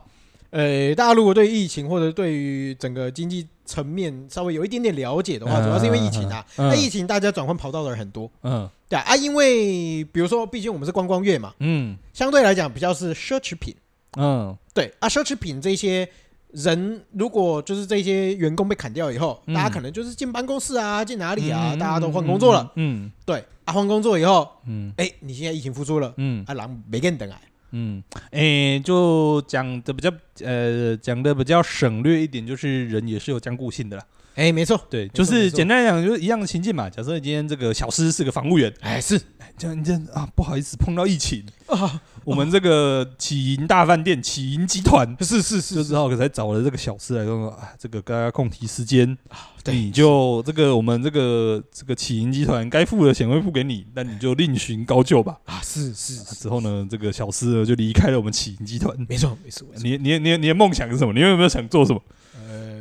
S1: 呃，大家如果对疫情或者对于整个经济层面稍微有一点点了解的话，
S2: 嗯
S1: 主要是因为疫情啊。
S2: 嗯
S1: 那疫情大家转换跑道的人很多，
S2: 嗯
S1: 对啊，啊因为比如说，毕竟我们是观光月嘛，
S2: 嗯
S1: 相对来讲比较是奢侈品，
S2: 嗯
S1: 对啊，奢侈品这些。人如果就是这些员工被砍掉以后，
S2: 嗯
S1: 大家可能就是进办公室啊，进哪里啊，
S2: 嗯
S1: 大家都换工作了。，
S2: 嗯
S1: 对啊，换工作以后，
S2: 嗯
S1: 哎，你现在疫情复苏了，
S2: 嗯
S1: 啊，狼没跟你等啊，
S2: 嗯，诶、就讲的比较呃，讲的比较省略一点，就是人也是有僵固性的啦。
S1: 哎，没错，
S2: 对，
S1: 错
S2: 就是
S1: 没错
S2: 简单来讲，就是一样的情境嘛。假设你今天这个小施是个防务员，
S1: 哎，是
S2: 这样这样啊，不好意思，碰到疫情，
S1: 啊，
S2: 我们这个启盈大饭店、启盈集团
S1: 是是是
S2: 就只好才找了这个小吃来说啊，这个跟大家共提时间，
S1: 对
S2: 你就这个我们这个这个启盈集团该付的钱会付给你，那你就另寻高就吧。
S1: 啊，是是是，
S2: 之后呢，这个小吃呢就离开了我们启盈集团。
S1: 没错没错，没错
S2: 你你你你的梦想是什么？你有没有想做什么？
S1: 呃，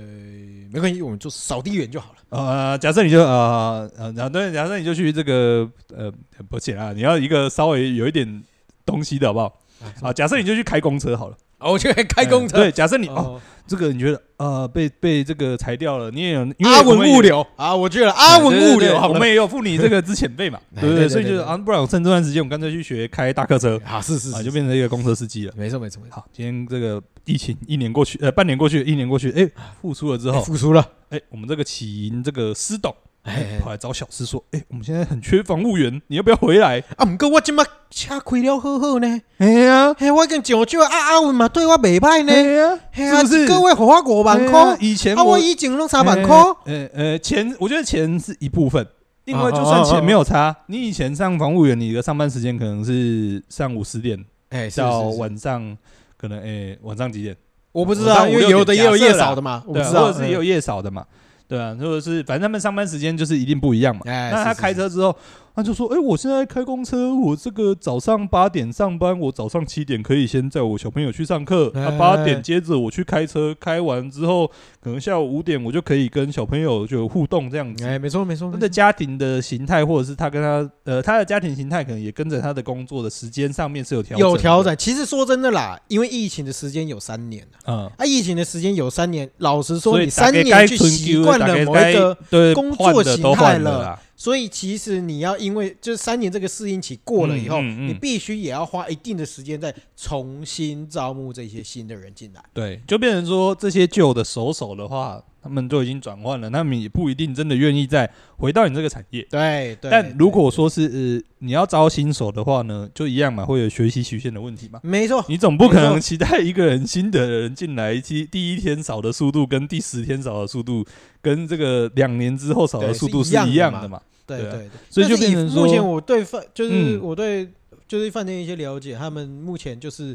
S1: 没关系，我们就扫地员就好了。
S2: 呃，假设你就呃呃，然后对，假设你就去这个呃，不行啊，你要一个稍微有一点东西的好不好？啊，假设你就去开公车好了，
S1: 哦，我就来开工
S2: 哎
S1: 程，
S2: 对，假设你哦，
S1: 哦，
S2: 这个你觉得呃被被这个裁掉了，你也有因为
S1: 阿
S2: 我们
S1: 文
S2: 也
S1: 物流啊，我去了阿文物
S2: 对对
S1: 流，
S2: 对对
S1: 好
S2: 我
S1: 了
S2: 们也有付你这个资遣费 嘛，
S1: 哎
S2: 对不
S1: 对对
S2: 对？所以就是
S1: 对对
S2: 啊，不然我趁这段时间，我干脆去学开大客车
S1: 啊，是是
S2: 啊，
S1: 是，
S2: 就变成一个公车司机了。
S1: 没错没错没错，
S2: 好，今天这个疫情一年过去，呃，半年过去，一年过去，哎，复苏了之
S1: 哎
S2: 后，
S1: 复苏了，
S2: 哎，我们这个起因这个师董
S1: 哎
S2: 跑来找小师说，哎，我们现在很缺防务员，你要不要回来？
S1: 啊，唔过我今麦车开了好好呢，
S2: 哎呀，
S1: 嘿，我跟上少啊阿文嘛对我袂歹
S2: 哎
S1: 呢，
S2: 呀，
S1: 嘿啊，
S2: 是不是
S1: 一个月给我五万
S2: 哎呀
S1: 块，
S2: 以前
S1: 啊，我以前拢三万块，
S2: 呃呃，钱我觉得钱是一部分，另外
S1: 哦
S2: 就算钱没有差，你以前上房务员，你的上班时间可能是上午十点
S1: 哎，是是
S2: 到
S1: 是
S2: 晚上，可能诶、晚上几点？
S1: 我不知
S2: 我
S1: 道，
S2: 上午
S1: 因为有
S2: 六点
S1: 的也有
S2: 假
S1: 夜
S2: 设啦
S1: 扫的嘛，我不
S2: 对、啊，
S1: 知道，嗯
S2: 或者是也有夜扫的嘛，对啊，或者是反正他们上班时间就是一定不一样嘛。
S1: 哎，
S2: 那他
S1: 是是
S2: 开
S1: 是
S2: 车之后，他就说：“哎、我现在开公车，我这个早上八点上班，我早上七点可以先载我小朋友去上课，那
S1: 哎
S2: 八点接着我去开车，开完之后可能下午五点我就可以跟小朋友就有互动这样子。”
S1: 哎，没错没错，
S2: 他
S1: 没
S2: 的
S1: 错
S2: 家庭的形态，或者是他跟他呃他的家庭形态，可能也跟着他的工作的时间上面是有调整的
S1: 有调，整。其实说真的啦，因为疫情的时间有三年啊
S2: 嗯，
S1: 啊，疫情的时间有三年，老实说，
S2: 所
S1: 你
S2: 以
S1: 三
S2: 大概
S1: 年
S2: 该
S1: 去
S2: 存
S1: 习
S2: 久
S1: 惯
S2: 大
S1: 了
S2: 概
S1: 某
S2: 该
S1: 一个，
S2: 对
S1: 工
S2: 换
S1: 作
S2: 的
S1: 形
S2: 都
S1: 态
S2: 换
S1: 了
S2: 了啦，
S1: 所以其实你要因为就是三年这个适应期过了以后，
S2: 嗯嗯嗯
S1: 你必须也要花一定的时间再重新招募这些新的人进来。
S2: 对，就变成说这些旧的手手的话，他们都已经转换了，他们也不一定真的愿意再回到你这个产业。
S1: 对对，
S2: 但如
S1: 对
S2: 果说是呃你要招新手的话呢，就一样嘛，会有学习曲线的问题嘛。
S1: 没错，
S2: 你总不可
S1: 没
S2: 能期待一个人新的人进来，第第一天扫的速度跟第十天扫的速度，跟这个两年之后扫的
S1: 对
S2: 速
S1: 是
S2: 度
S1: 一
S2: 是
S1: 样的
S2: 一样
S1: 嘛
S2: 的嘛？
S1: 对
S2: 对
S1: 对
S2: 啊
S1: 对，
S2: 所以就
S1: 但是
S2: 变成
S1: 目前
S2: 说
S1: 我对饭就是
S2: 嗯
S1: 我对就是饭店一些了解，他们目前就是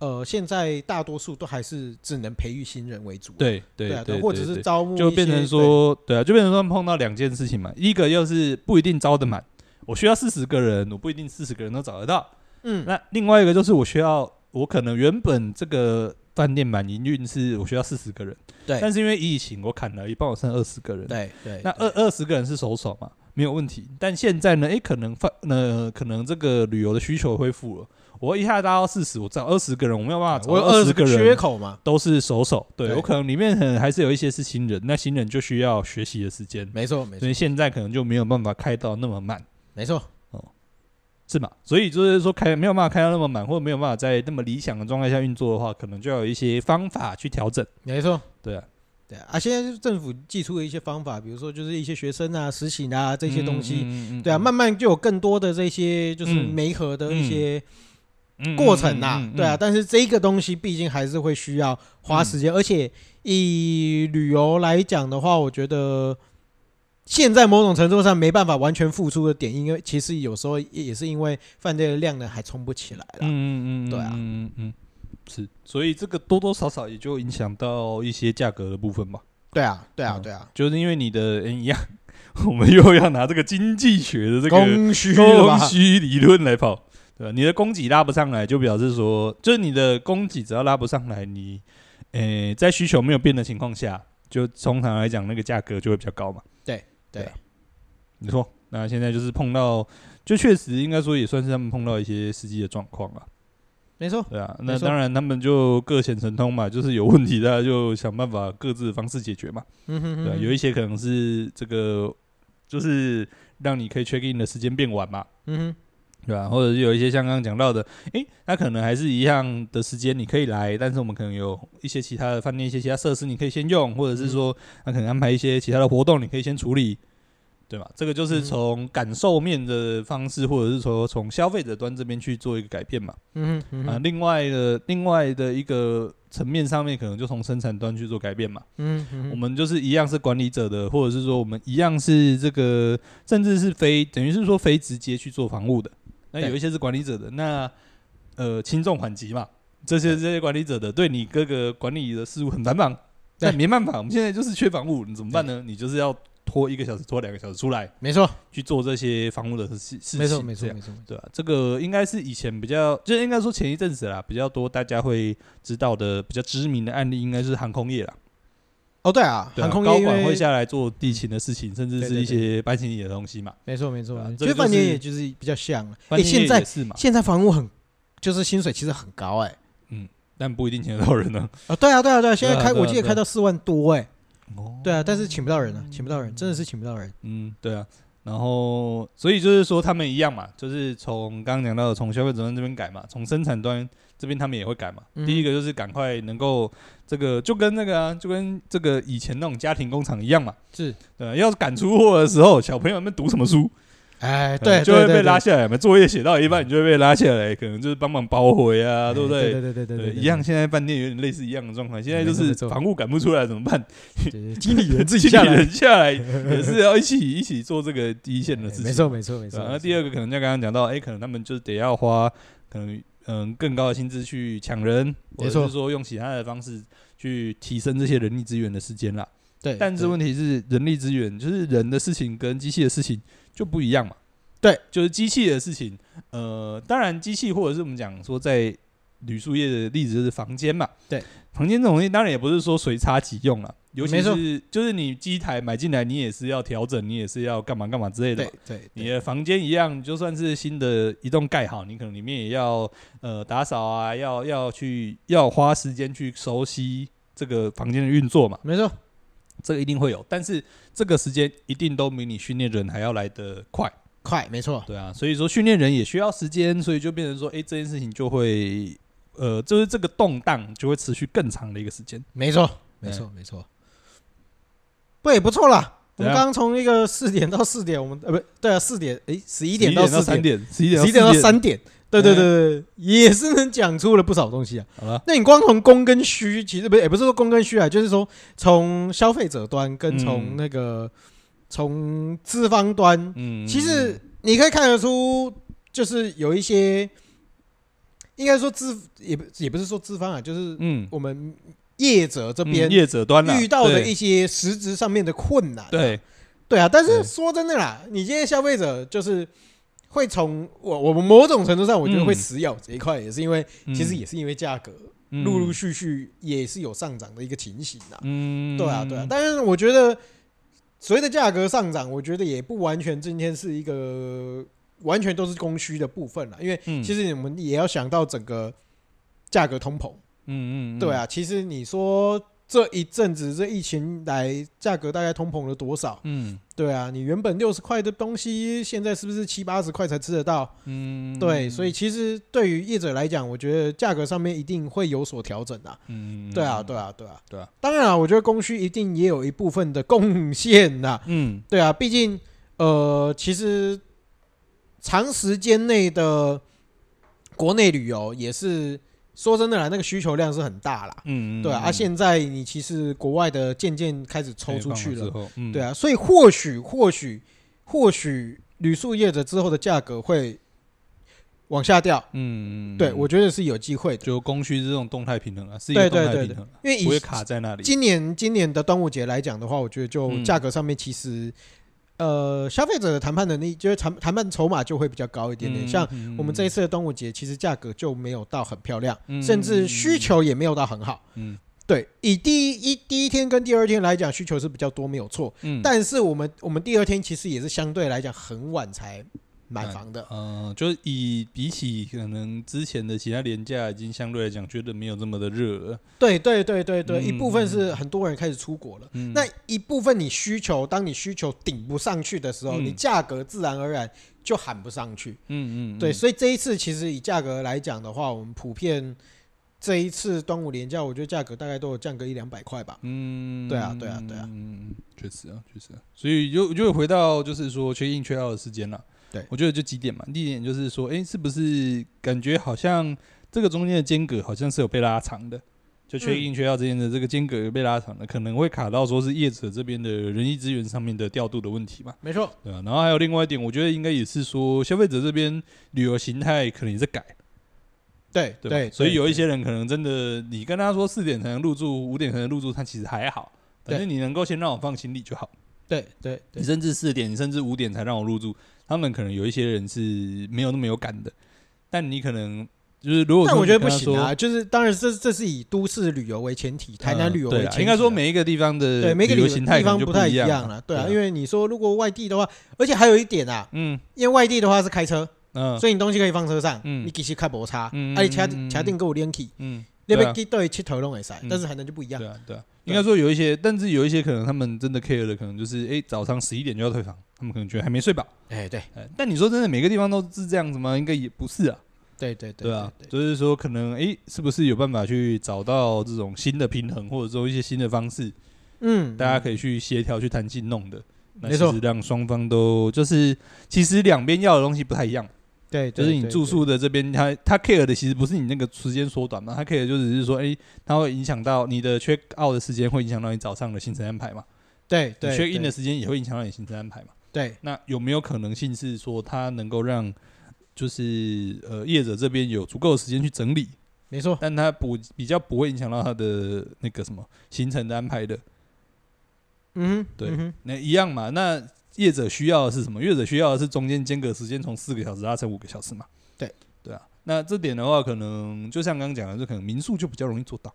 S1: 呃，现在大多数都还是只能培育新人为主，
S2: 对对
S1: 对啊，
S2: 对，
S1: 或者是
S2: 对
S1: 招募一些
S2: 就变成说，对啊，就变成说碰到两件事情嘛，一个又是不一定招得满，我需要四十个人，我不一定四十个人都找得到。
S1: 对嗯
S2: 那另外一个就是我需要，我可能原本这个饭店满营运是我需要四十个人，
S1: 对
S2: 但是因为疫情我砍了一半，我剩二十个人。
S1: 对对，
S2: 那
S1: 对
S2: 二二十个人是首手嘛，没有问题。但现在呢，诶，可能饭呃，可能这个旅游的需求恢复了，我一下达到四十，我找二十个人，我没有办法找
S1: 我有
S2: 二
S1: 二
S2: 十
S1: 十
S2: 个
S1: 个
S2: 人
S1: 缺口嘛，
S2: 都是首手，对
S1: 对
S2: 我可能里面可能还是有一些是新人，那新人就需要学习的时间，
S1: 没错没
S2: 所
S1: 错
S2: 以现在可能就没有办法开到那么满，
S1: 没错，
S2: 是吗？所以就是说开没有办法开到那么满，或者没有办法在那么理想的状态下运作的话，可能就要有一些方法去调整，
S1: 没错。
S2: 对啊，
S1: 对啊，啊现在就是政府寄出了一些方法，比如说就是一些学生啊、实习啊这些东西，
S2: 嗯，
S1: 对啊，慢慢就有更多的这些就是
S2: 嗯
S1: 媒合的一
S2: 嗯
S1: 些
S2: 慢
S1: 嗯过程呐、
S2: 嗯
S1: 对啊，，但是这个东西毕竟还是会需要
S2: 嗯
S1: 花时间，而且以旅游来讲的话，我觉得现在某种程度上没办法完全付出的点，因为其实有时候也也是因为犯罪的量呢还冲不起来了。
S4: 嗯嗯嗯，
S1: 对啊
S4: 嗯嗯嗯，
S2: 是，
S4: 所以这个多多少少也就影响到一些价格的部分吧。
S1: 对啊，对啊，
S4: 嗯
S1: 对啊，
S2: 就是因为你的嗯一样， 我们又要拿这个经济学的这个
S1: 供需了吧
S2: 供需理论来跑，对吧？你的供给拉不上来，就表示说，就是你的供给只要拉不上来，你诶、在需求没有变的情况下，就通常来讲那个价格就会比较高嘛。
S1: 对
S2: 啊，没错，那现在就是碰到，就确实应该说也算是他们碰到一些实际的状况了，
S1: 没错，
S2: 对啊。
S1: 没
S2: 那
S1: 错
S2: 当然他们就各显神通嘛，就是有问题大家就想办法各自的方式解决嘛，
S1: 嗯哼
S2: 对、
S1: 哼
S2: 啊，有一些可能是这个就是让你可以 check in 的时间变晚嘛。
S1: 嗯哼，
S2: 对吧、或者是有一些像刚刚讲到的，诶，那可能还是一样的时间你可以来，但是我们可能有一些其他的饭店、一些其他设施你可以先用，或者是说，那可能安排一些其他的活动你可以先处理，对吧？这个就是
S1: 嗯
S2: 从感受面的方式，或者是说从消费者端这边去做一个改变嘛。
S1: 嗯哼，嗯
S2: 啊，
S1: 哼，
S2: 另外的另外的一个层面上面，可能就从生产端去做改变嘛。
S1: 嗯哼，
S2: 我们就是一样是管理者的，或者是说我们一样是这个，甚至是非等于是说非直接去做防务的。那
S1: 对
S2: 有一些是管理者的，那呃轻重缓急嘛，这些这些管理者的对你各个管理的事务很繁忙，
S1: 对
S2: 但没办法，我们现在就是缺防务，你怎么办呢？你就是要拖一个小时、拖两个小时出来
S1: 没错，
S2: 去做这些防务的事事情，
S1: 没错，没
S2: 这
S1: 错，
S2: 样
S1: 没错，
S2: 对啊，这个应该是以前比较，就应该说前一阵子啦，比较多大家会知道的比较知名的案例，应该是航空业啦。
S1: 哦，对啊，
S2: 对啊
S1: 航空
S2: 高
S1: 业因
S2: 管
S1: 为
S2: 会下来做地勤的事情，甚至
S1: 对
S2: 是
S1: 对
S2: 一些搬行李的东西嘛。
S1: 没错，没错
S2: 对啊，
S1: 其
S2: 这
S1: 实
S2: 个
S1: 饭
S2: 就
S1: 店
S2: 是
S1: 也就是比较像了。
S2: 搬
S1: 哎，
S2: 行
S1: 现
S2: 李也
S1: 在
S2: 是嘛，
S1: 现在房屋很，就是薪水其实很高哎。
S2: 但不一定请得到人呢。
S1: 哦，对啊，对啊，对啊，现在
S2: 对啊
S1: 开
S2: 对啊
S1: 我记得
S2: 对啊
S1: 开到四万多哎。
S2: 哦，
S1: 对啊，但是请不到人啊，请不到人，真的是请不到人。
S2: 嗯，对啊。然后，所以就是说他们一样嘛，就是从刚刚讲到的，从消费者端这边改嘛，从生产端这边他们也会改嘛。
S1: 嗯
S2: 第一个就是赶快能够这个，就跟那个啊，就跟这个以前那种家庭工厂一样嘛。
S1: 是，
S2: 对啊，要是赶出货的时候，小朋友们读什么书，
S1: 哎，对，
S2: 就会
S1: 对对
S2: 被拉
S1: 对
S2: 下来嘛。作业写到一半，你就会被拉下来，可能就是帮忙包回啊，
S1: 哎
S2: 对不
S1: 对？对对对
S2: 对，
S1: 对，
S2: 一样。现在饭店有点类似一样的状况，现在
S1: 没
S2: 就
S1: 错
S2: 是
S1: 没错
S2: 房务赶不出来怎么办？
S1: 对对经理人自己
S2: 经
S1: 下
S2: 理
S1: 来
S2: 人。下来也是要一起一起做这个第一线的事情。
S1: 哎没错，没错，没
S2: 对
S1: 错
S2: 吧。。那第二个可能像刚刚讲到，哎，可能他们就是得要花可能嗯更高的薪资去抢人，
S1: 没
S2: 或者
S1: 错
S2: 是说用其他的方式去提升这些人力资源的时间啦。
S1: 对，
S2: 但是
S1: 对
S2: 问题是，人力资源就是人的事情跟机器的事情就不一样嘛。
S1: 对，
S2: 就是机器的事情，呃，当然机器或者是我们讲说在旅宿业的例子就是房间嘛。
S1: 对，
S2: 房间这种东西当然也不是说随插即用了，尤其
S1: 没错
S2: 是就是你机台买进来，你也是要调整，你也是要干嘛干嘛之类的嘛
S1: 对。对，
S2: 你的房间一样，就算是新的一栋盖好，你可能里面也要呃打扫啊，要要去要花时间去熟悉这个房间的运作嘛。
S1: 没错，
S2: 这个一定会有，但是这个时间一定都比你训练人还要来得快，
S1: 快，没错，
S2: 对啊，所以说训练人也需要时间，所以就变成说，哎、这件事情就会，呃，就是这个动荡就会持续更长的一个时间。
S1: 没错，没错，没错。不也不错啦。我
S2: 怎
S1: 们
S2: 样
S1: 刚刚从一个四点到四点，我们呃不对啊，四点诶十一点
S2: 11
S1: 四
S2: 三
S1: 点，
S2: 点，十一点
S1: 十一点到三点，对对对对，也是能讲出了不少东西啊。
S2: 好了，
S1: 那你光从供跟需，其实不是也不是说供跟需啊，就是说从消费者端跟从
S2: 嗯
S1: 那个从资方端，
S2: 嗯，
S1: 其实你可以看得出，就是有一些应该说资也不也不是说资方啊，就是
S2: 嗯，
S1: 我们业者这
S2: 这
S1: 边
S2: 业者端啦啊
S1: 遇到的
S2: 对
S1: 一些实质上面的困难、
S2: 对，
S1: 对啊，但是
S2: 对
S1: 说真的啦，你今天消费者就是会从我我们某种程度上，我觉得会
S2: 嗯
S1: 死咬这一块，也是因为其实
S2: 也
S1: 也是因为价格陆陆续续也是有上涨的一个情形啊。
S2: 嗯，
S1: 对啊，对啊，但是我觉得所谓的价格上涨，我觉得也不完全今天是一个完全都是供需的部分啦，因为
S2: 嗯
S1: 其实我们也要想到整个价格通膨。
S2: 嗯嗯，嗯
S1: 对，啊，其实你说这一阵子这疫情来，价格大概通膨了多少？
S2: 嗯
S1: 对啊，你原本六十块的东西，现在是不是七八十块才吃得到？
S2: 嗯，
S1: 对，所以其实对于业者来讲，我觉得价格上面一定会有所调整啊。
S2: 嗯，
S1: 对啊，对啊，对啊，
S2: 对啊。
S1: 当然啊，我觉得供需一定也有一部分的贡献呐。
S2: 嗯，
S1: 对啊，毕竟呃，其实长时间内的国内旅游也是说真的啦，那个需求量是很大啦。
S2: 嗯，
S1: 对啊，啊，现在你其实国外的渐渐开始抽出去
S2: 之
S1: 了，
S2: 后，嗯，
S1: 对啊，所以或许或许或许铝塑业者之后的价格会往下掉，
S2: 嗯，嗯，
S1: 对我觉得是有机会的，
S2: 就供需这种动态平衡啊，是一个
S1: 对对
S2: 动态
S1: 对
S2: 平衡啊，
S1: 因为以
S2: 不会卡在那里。啊
S1: 今年今年的端午节来讲的话，我觉得就
S2: 嗯
S1: 价格上面其实，呃，消费者的谈判能力就是谈谈判筹码就会比较高一点点，
S2: 嗯
S1: 像。
S2: 嗯
S1: 我们这一次的端午节，其实价格就没有到很漂亮，
S2: 嗯
S1: 甚至需求也没有到很好。
S2: 嗯
S1: 对，以第一一第一天跟第二天来讲，需求是比较多，没有错。
S2: 嗯，
S1: 但是我们我们第二天其实也是相对来讲很晚才买房的，
S2: 呃，就是以比起可能之前的其他廉价，已经相对来讲觉得没有这么的热了。
S1: 对对对对对，
S2: 嗯
S1: 一部分是很多人开始出国了，
S2: 嗯
S1: 那一部分你需求，当你需求顶不上去的时候，
S2: 嗯
S1: 你价格自然而然就喊不上去。
S2: 嗯嗯，
S1: 对，
S2: 嗯
S1: 所以这一次其实以价格来讲的话，我们普遍这一次端午连假，我觉得价格大概都有降个一两百块吧。
S2: 嗯，
S1: 对啊对啊对啊
S2: 嗯，确实啊，确实啊，所以就就回到就是说缺印缺奥的时间了。
S1: 对
S2: 我觉得就几点嘛，第一点就是说，哎、是不是感觉好像这个中间的间隔好像是有被拉长的，就缺印缺奥之间的这个间隔有被拉长的，可能会卡到说是业者这边的人力资源上面的调度的问题嘛，
S1: 没错，
S2: 对啊，然后还有另外一点，我觉得应该也是说消费者这边旅游形态可能也在改。
S1: 对
S2: 对吧
S1: 对，
S2: 所以
S1: 对
S2: 有一些人可能真的，你跟他说四点才能入住，五点才能入住，他其实还好，反正你能够先让我放行李就好。
S1: 对对对
S2: 你甚至四点，你甚至五点才让我入住，他们可能有一些人是没有那么有感的，但你可能就是如果
S1: 但
S2: 说
S1: 我觉得
S2: 你
S1: 不
S2: 跟他
S1: 行
S2: 说
S1: 啊，就是当然这这是以都市旅游为前提，台南旅游
S2: 呃
S1: 为
S2: 对
S1: 前
S2: 啊
S1: 提啊。
S2: 应该说每一个地方的
S1: 对每个
S2: 旅
S1: 旅
S2: 游
S1: 游
S2: 形态
S1: 地
S2: 可能
S1: 方
S2: 就
S1: 太
S2: 一
S1: 样
S2: 了
S1: 了，，对啊，因为你说如果外地的话，而且还有一点啊，
S2: 嗯
S1: 因为外地的话是开车，
S2: 嗯
S1: 所以你东西可以放车上，
S2: 嗯
S1: 你其实开摩擦，
S2: 嗯
S1: 而且啊车
S2: 嗯嗯
S1: 车顶给我 linky，
S2: 嗯，
S1: 那
S2: 对啊
S1: 边去对七头拢会塞
S2: 嗯，
S1: 但是台南就不一样
S2: 对。啊对啊，应该说有一些，但是有一些可能他们真的 care 的，可能就是哎早上十一点就要退房，他们可能觉得还没睡饱。
S1: 哎，对
S2: 哎但你说真的，每个地方都是这样子吗？应该也不是啊。
S1: 对对
S2: 对啊，
S1: 对
S2: 就是说可能诶，是不是有办法去找到这种新的平衡，或者说一些新的方式，
S1: 嗯，
S2: 大家可以去协调、去弹性弄的。那
S1: 没错
S2: 其实让双方都就是，其实两边要的东西不太一样。
S1: 对，
S2: 就
S1: 对
S2: 是你
S1: 对
S2: 住
S1: 对
S2: 宿的这边，他他 care 的其实不是你那个时间缩短嘛，他 care 的就只是说，诶，它会影响到你的 check out 的时间，会影响到你早上的行程安排嘛。
S1: 对
S2: 你
S1: 对
S2: check in
S1: 对
S2: 的时间也会影响到你行程安排嘛。
S1: 对
S2: 那有没有可能性是说，它能够让就是呃业者这边有足够的时间去整理，
S1: 没错，
S2: 但它不比较不会影响到它的那个什么行程的安排的？
S1: 嗯哼，
S2: 对
S1: 嗯哼
S2: 那一样嘛。那业者需要的是什么？业者需要的是中间间隔时间从四个小时拉成五个小时嘛？
S1: 对
S2: 对啊。那这点的话，可能就像刚刚讲的，就可能民宿就比较容易做到，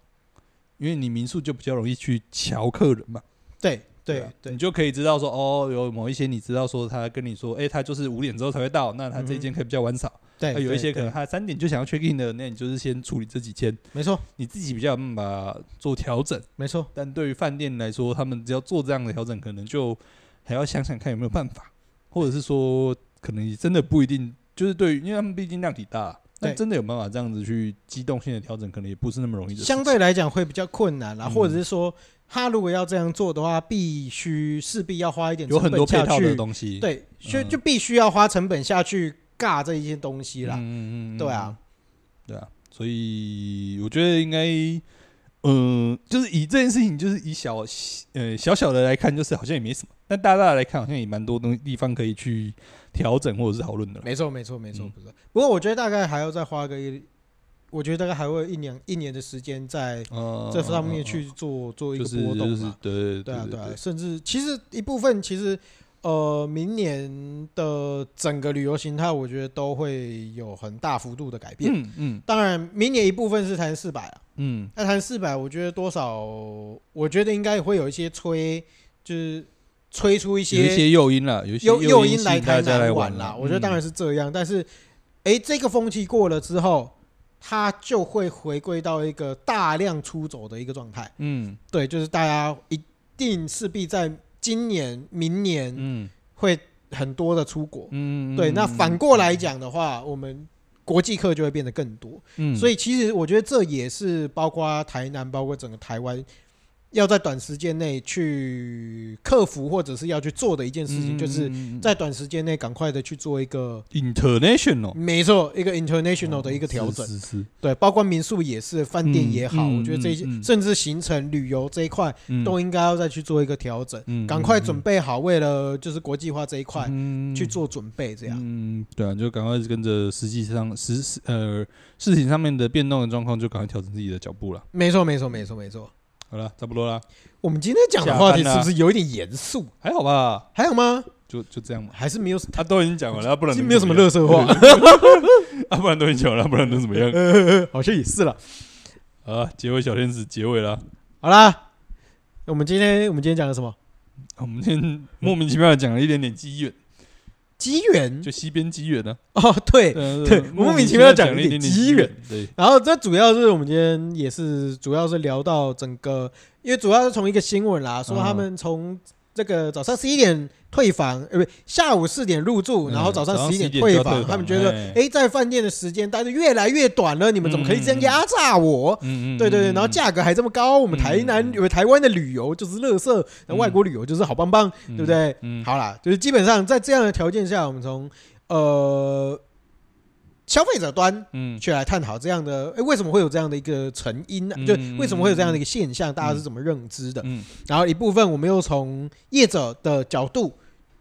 S2: 因为你民宿就比较容易去瞧客人嘛。
S1: 对对
S2: 啊你
S1: 对
S2: 就可以知道说，哦，有某一些你知道说他跟你说，哎、他就是五点之后才会到，那他这一间可以比较晚扫。啊
S1: 对
S2: 那，
S1: 嗯
S2: 有一
S1: 哎对
S2: 些可能
S1: 对
S2: 他三点就想要 check in 的，那你就是先处理这几间，
S1: 没错
S2: 你自己比较有办法做调整。
S1: 没错，
S2: 但对于饭店来说，他们只要做这样的调整，可能就还要想想看有没有办法，或者是说，可能也真的不一定，就是对于，因为他们毕竟量体大，
S1: 对
S2: 那真的有办法这样子去机动性的调整，可能也不是那么容易的事情。
S1: 相对来讲会比较困难啦，
S2: 嗯
S1: 或者是说他如果要这样做的话，必须势必要花一点
S2: 有很
S1: 成
S2: 多
S1: 本下
S2: 配套的
S1: 去，
S2: 东西，
S1: 对，就
S2: 嗯
S1: 就必须要花成本下去尬这一些东西啦，
S2: 嗯
S1: 对啊，
S2: 对啊，所以我觉得应该，嗯、就是以这件事情，就是以小呃小小的来看，就是好像也没什么，但大大的来看，好像也蛮多东西地方可以去调整或者是讨论的啦。
S1: 没错没错没错
S2: 嗯，
S1: 不错。不过我觉得大概还要再花个一，我觉得大概还会有一年一年的时间在
S2: 呃
S1: 这上面去做做一
S2: 哦就
S1: 个
S2: 是
S1: 波
S2: 就
S1: 动
S2: 是
S1: 嘛，
S2: 对
S1: 对
S2: 对
S1: 啊对啊，甚至其实一部分其实。呃，明年的整个旅游形态，我觉得都会有很大幅度的改变。
S2: 嗯嗯
S1: 当然，明年一部分是谈四百啊，
S2: 嗯
S1: 那谈四百，我觉得多少，我觉得应该会有一些催，就是催出一
S2: 有一
S1: 些
S2: 些诱因啦，有一些
S1: 诱
S2: 诱
S1: 因
S2: 吸
S1: 来
S2: 引大
S1: 台
S2: 家来
S1: 南
S2: 玩
S1: 玩
S2: 啦嗯
S1: 啦。。我觉得当然是这样，但是，哎，这个风气过了之后，它就会回归到一个大量出走的一个状态。
S2: 嗯
S1: 对，就是大家一定势必在今年、明年
S2: 嗯
S1: 会很多的出国。
S2: 嗯，
S1: 对，那反过来讲的话，我们国际客就会变得更多。
S2: 嗯，
S1: 所
S2: 以
S1: 以其实我觉得这也是包括台南，包括整个台湾要在短时间内去克服，或者是要去做的一件事
S2: 嗯
S1: 情，就是在短时间内赶快的去做一个，
S2: international
S1: 没错，一个 international 的一个调整。
S2: 哦是是，
S1: 对，包括民宿也是，饭店也好，
S2: 嗯
S1: 我觉得这些
S2: 嗯嗯嗯嗯
S1: 甚至行程旅游这一块
S2: 是
S1: 都应该要再去做一个调整，
S2: 嗯
S1: 赶快准备好，为了就是国际化这一块去做准备，这样。
S2: 嗯，对啊，就赶快跟着实际上实实呃事情上面的变动的状况，就赶快调整自己的脚步了。
S1: 没错，没错，没错，没错。
S2: 好了，差不多啦，
S1: 我们今天讲的话题
S2: 下班
S1: 是
S2: 啦
S1: 不是有一点严肃？
S2: 还好吧，
S1: 还有吗？
S2: 就就这样嘛。
S1: 还是没有，
S2: 他啊都已经讲完了，不然
S1: 是没有什么乐色话，
S2: 啊，不然都已经讲完了，不然能怎么 样？
S1: 好像也是了。
S2: 啊，结尾小天使结尾啦。
S1: 好啦，我们今天我们今天讲的什么？
S2: 我们今
S1: 嗯
S2: 天莫名其妙的讲了一点点机缘，
S1: 机缘
S2: 就西边机缘啊呃呢。
S1: 哦，对。对
S2: 对
S1: 莫名其妙
S2: 讲
S1: 讲
S2: 了
S1: 了
S2: 一
S1: 一
S2: 点
S1: 点
S2: 点
S1: 机缘
S2: 对，
S1: 然后这主要是我们今天也是主要是聊到整个，因为主要是从一个新闻
S2: 嗯
S1: 啦，说他们从这个早上十一点退房，呃，不，下午四点入住，
S2: 嗯
S1: 然后早上
S2: 早上
S1: 十一
S2: 11
S1: 点
S2: 点
S1: 退
S2: 就要退
S1: 房，
S2: 房
S1: 他们觉得
S2: 哎，
S1: 哎，在饭店的时间待的越来越短了，你们怎么可以这样压榨我？
S2: 嗯嗯，
S1: 对对对，
S2: 嗯
S1: 然后价格还这么高，我们台南
S2: 嗯嗯
S1: 有台湾的旅游就是乐色，那
S2: 嗯
S1: 外国旅游就是好棒棒，对不？对？
S2: 嗯嗯，
S1: 好啦，就是基本上在这样的条件下，我们从呃消费者端
S2: 嗯，
S1: 去来探讨这样的，哎，为什么会有这样的一个成因呢、啊
S2: 嗯
S1: 就为什么会有这样的一个现象，大家是怎么认知的？
S2: 嗯
S1: 然后一部分我们又从业者的角度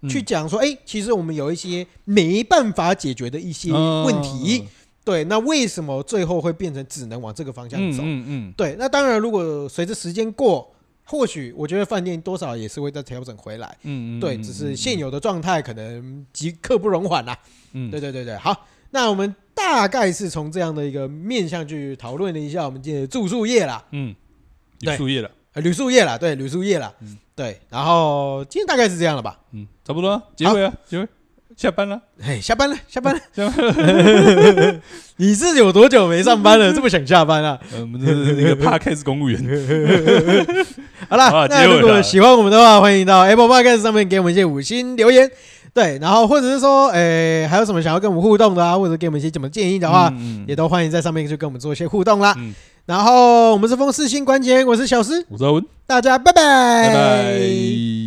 S2: 嗯
S1: 去讲说，哎、其实我们有一些没办法解决的一些
S2: 哦
S1: 问题，对，那为什么最后会变成只能往这个方向
S2: 嗯
S1: 走？
S2: 嗯嗯，
S1: 对，那当然，如果随着时间过，或许我觉得饭店多少也是会再调整回来。
S2: 嗯，
S1: 对，只是现有的状态可能即刻不容缓啦、
S2: 嗯
S1: 对对对对，好，那我们大概是从这样的一个面向去讨论了一下我们今天的住宿业啦，
S2: 嗯，
S1: 对
S2: 有树叶了，
S1: 呃，旅宿业啦，对，旅宿业啦，
S2: 嗯
S1: 对，然后今天大概是这样了吧？
S2: 嗯，差不多啊，结尾啊，结尾，下班了，
S1: 嘿，下班了，下班了， 你是有多久没上班 了？这么想下班啊？
S2: 呃我们这是一 个 podcast 公务员，
S1: 好啦，
S2: 好啦
S1: 那
S2: 啊结尾
S1: 如果
S2: 啦
S1: 喜欢我们的话，欢迎到 Apple Podcast 上面给我们一些五星留言。对，然后或者是说，诶、还有什么想要跟我们互动的啊，或者给我们一些怎么建议的话，
S2: 嗯嗯
S1: 啊也都欢啊迎在上面去跟我们做一些互动啦。
S2: 嗯
S1: 然后我们是风四星关节，我是小诗，
S2: 我是阿文，
S1: 哎大家拜拜，
S2: 拜拜。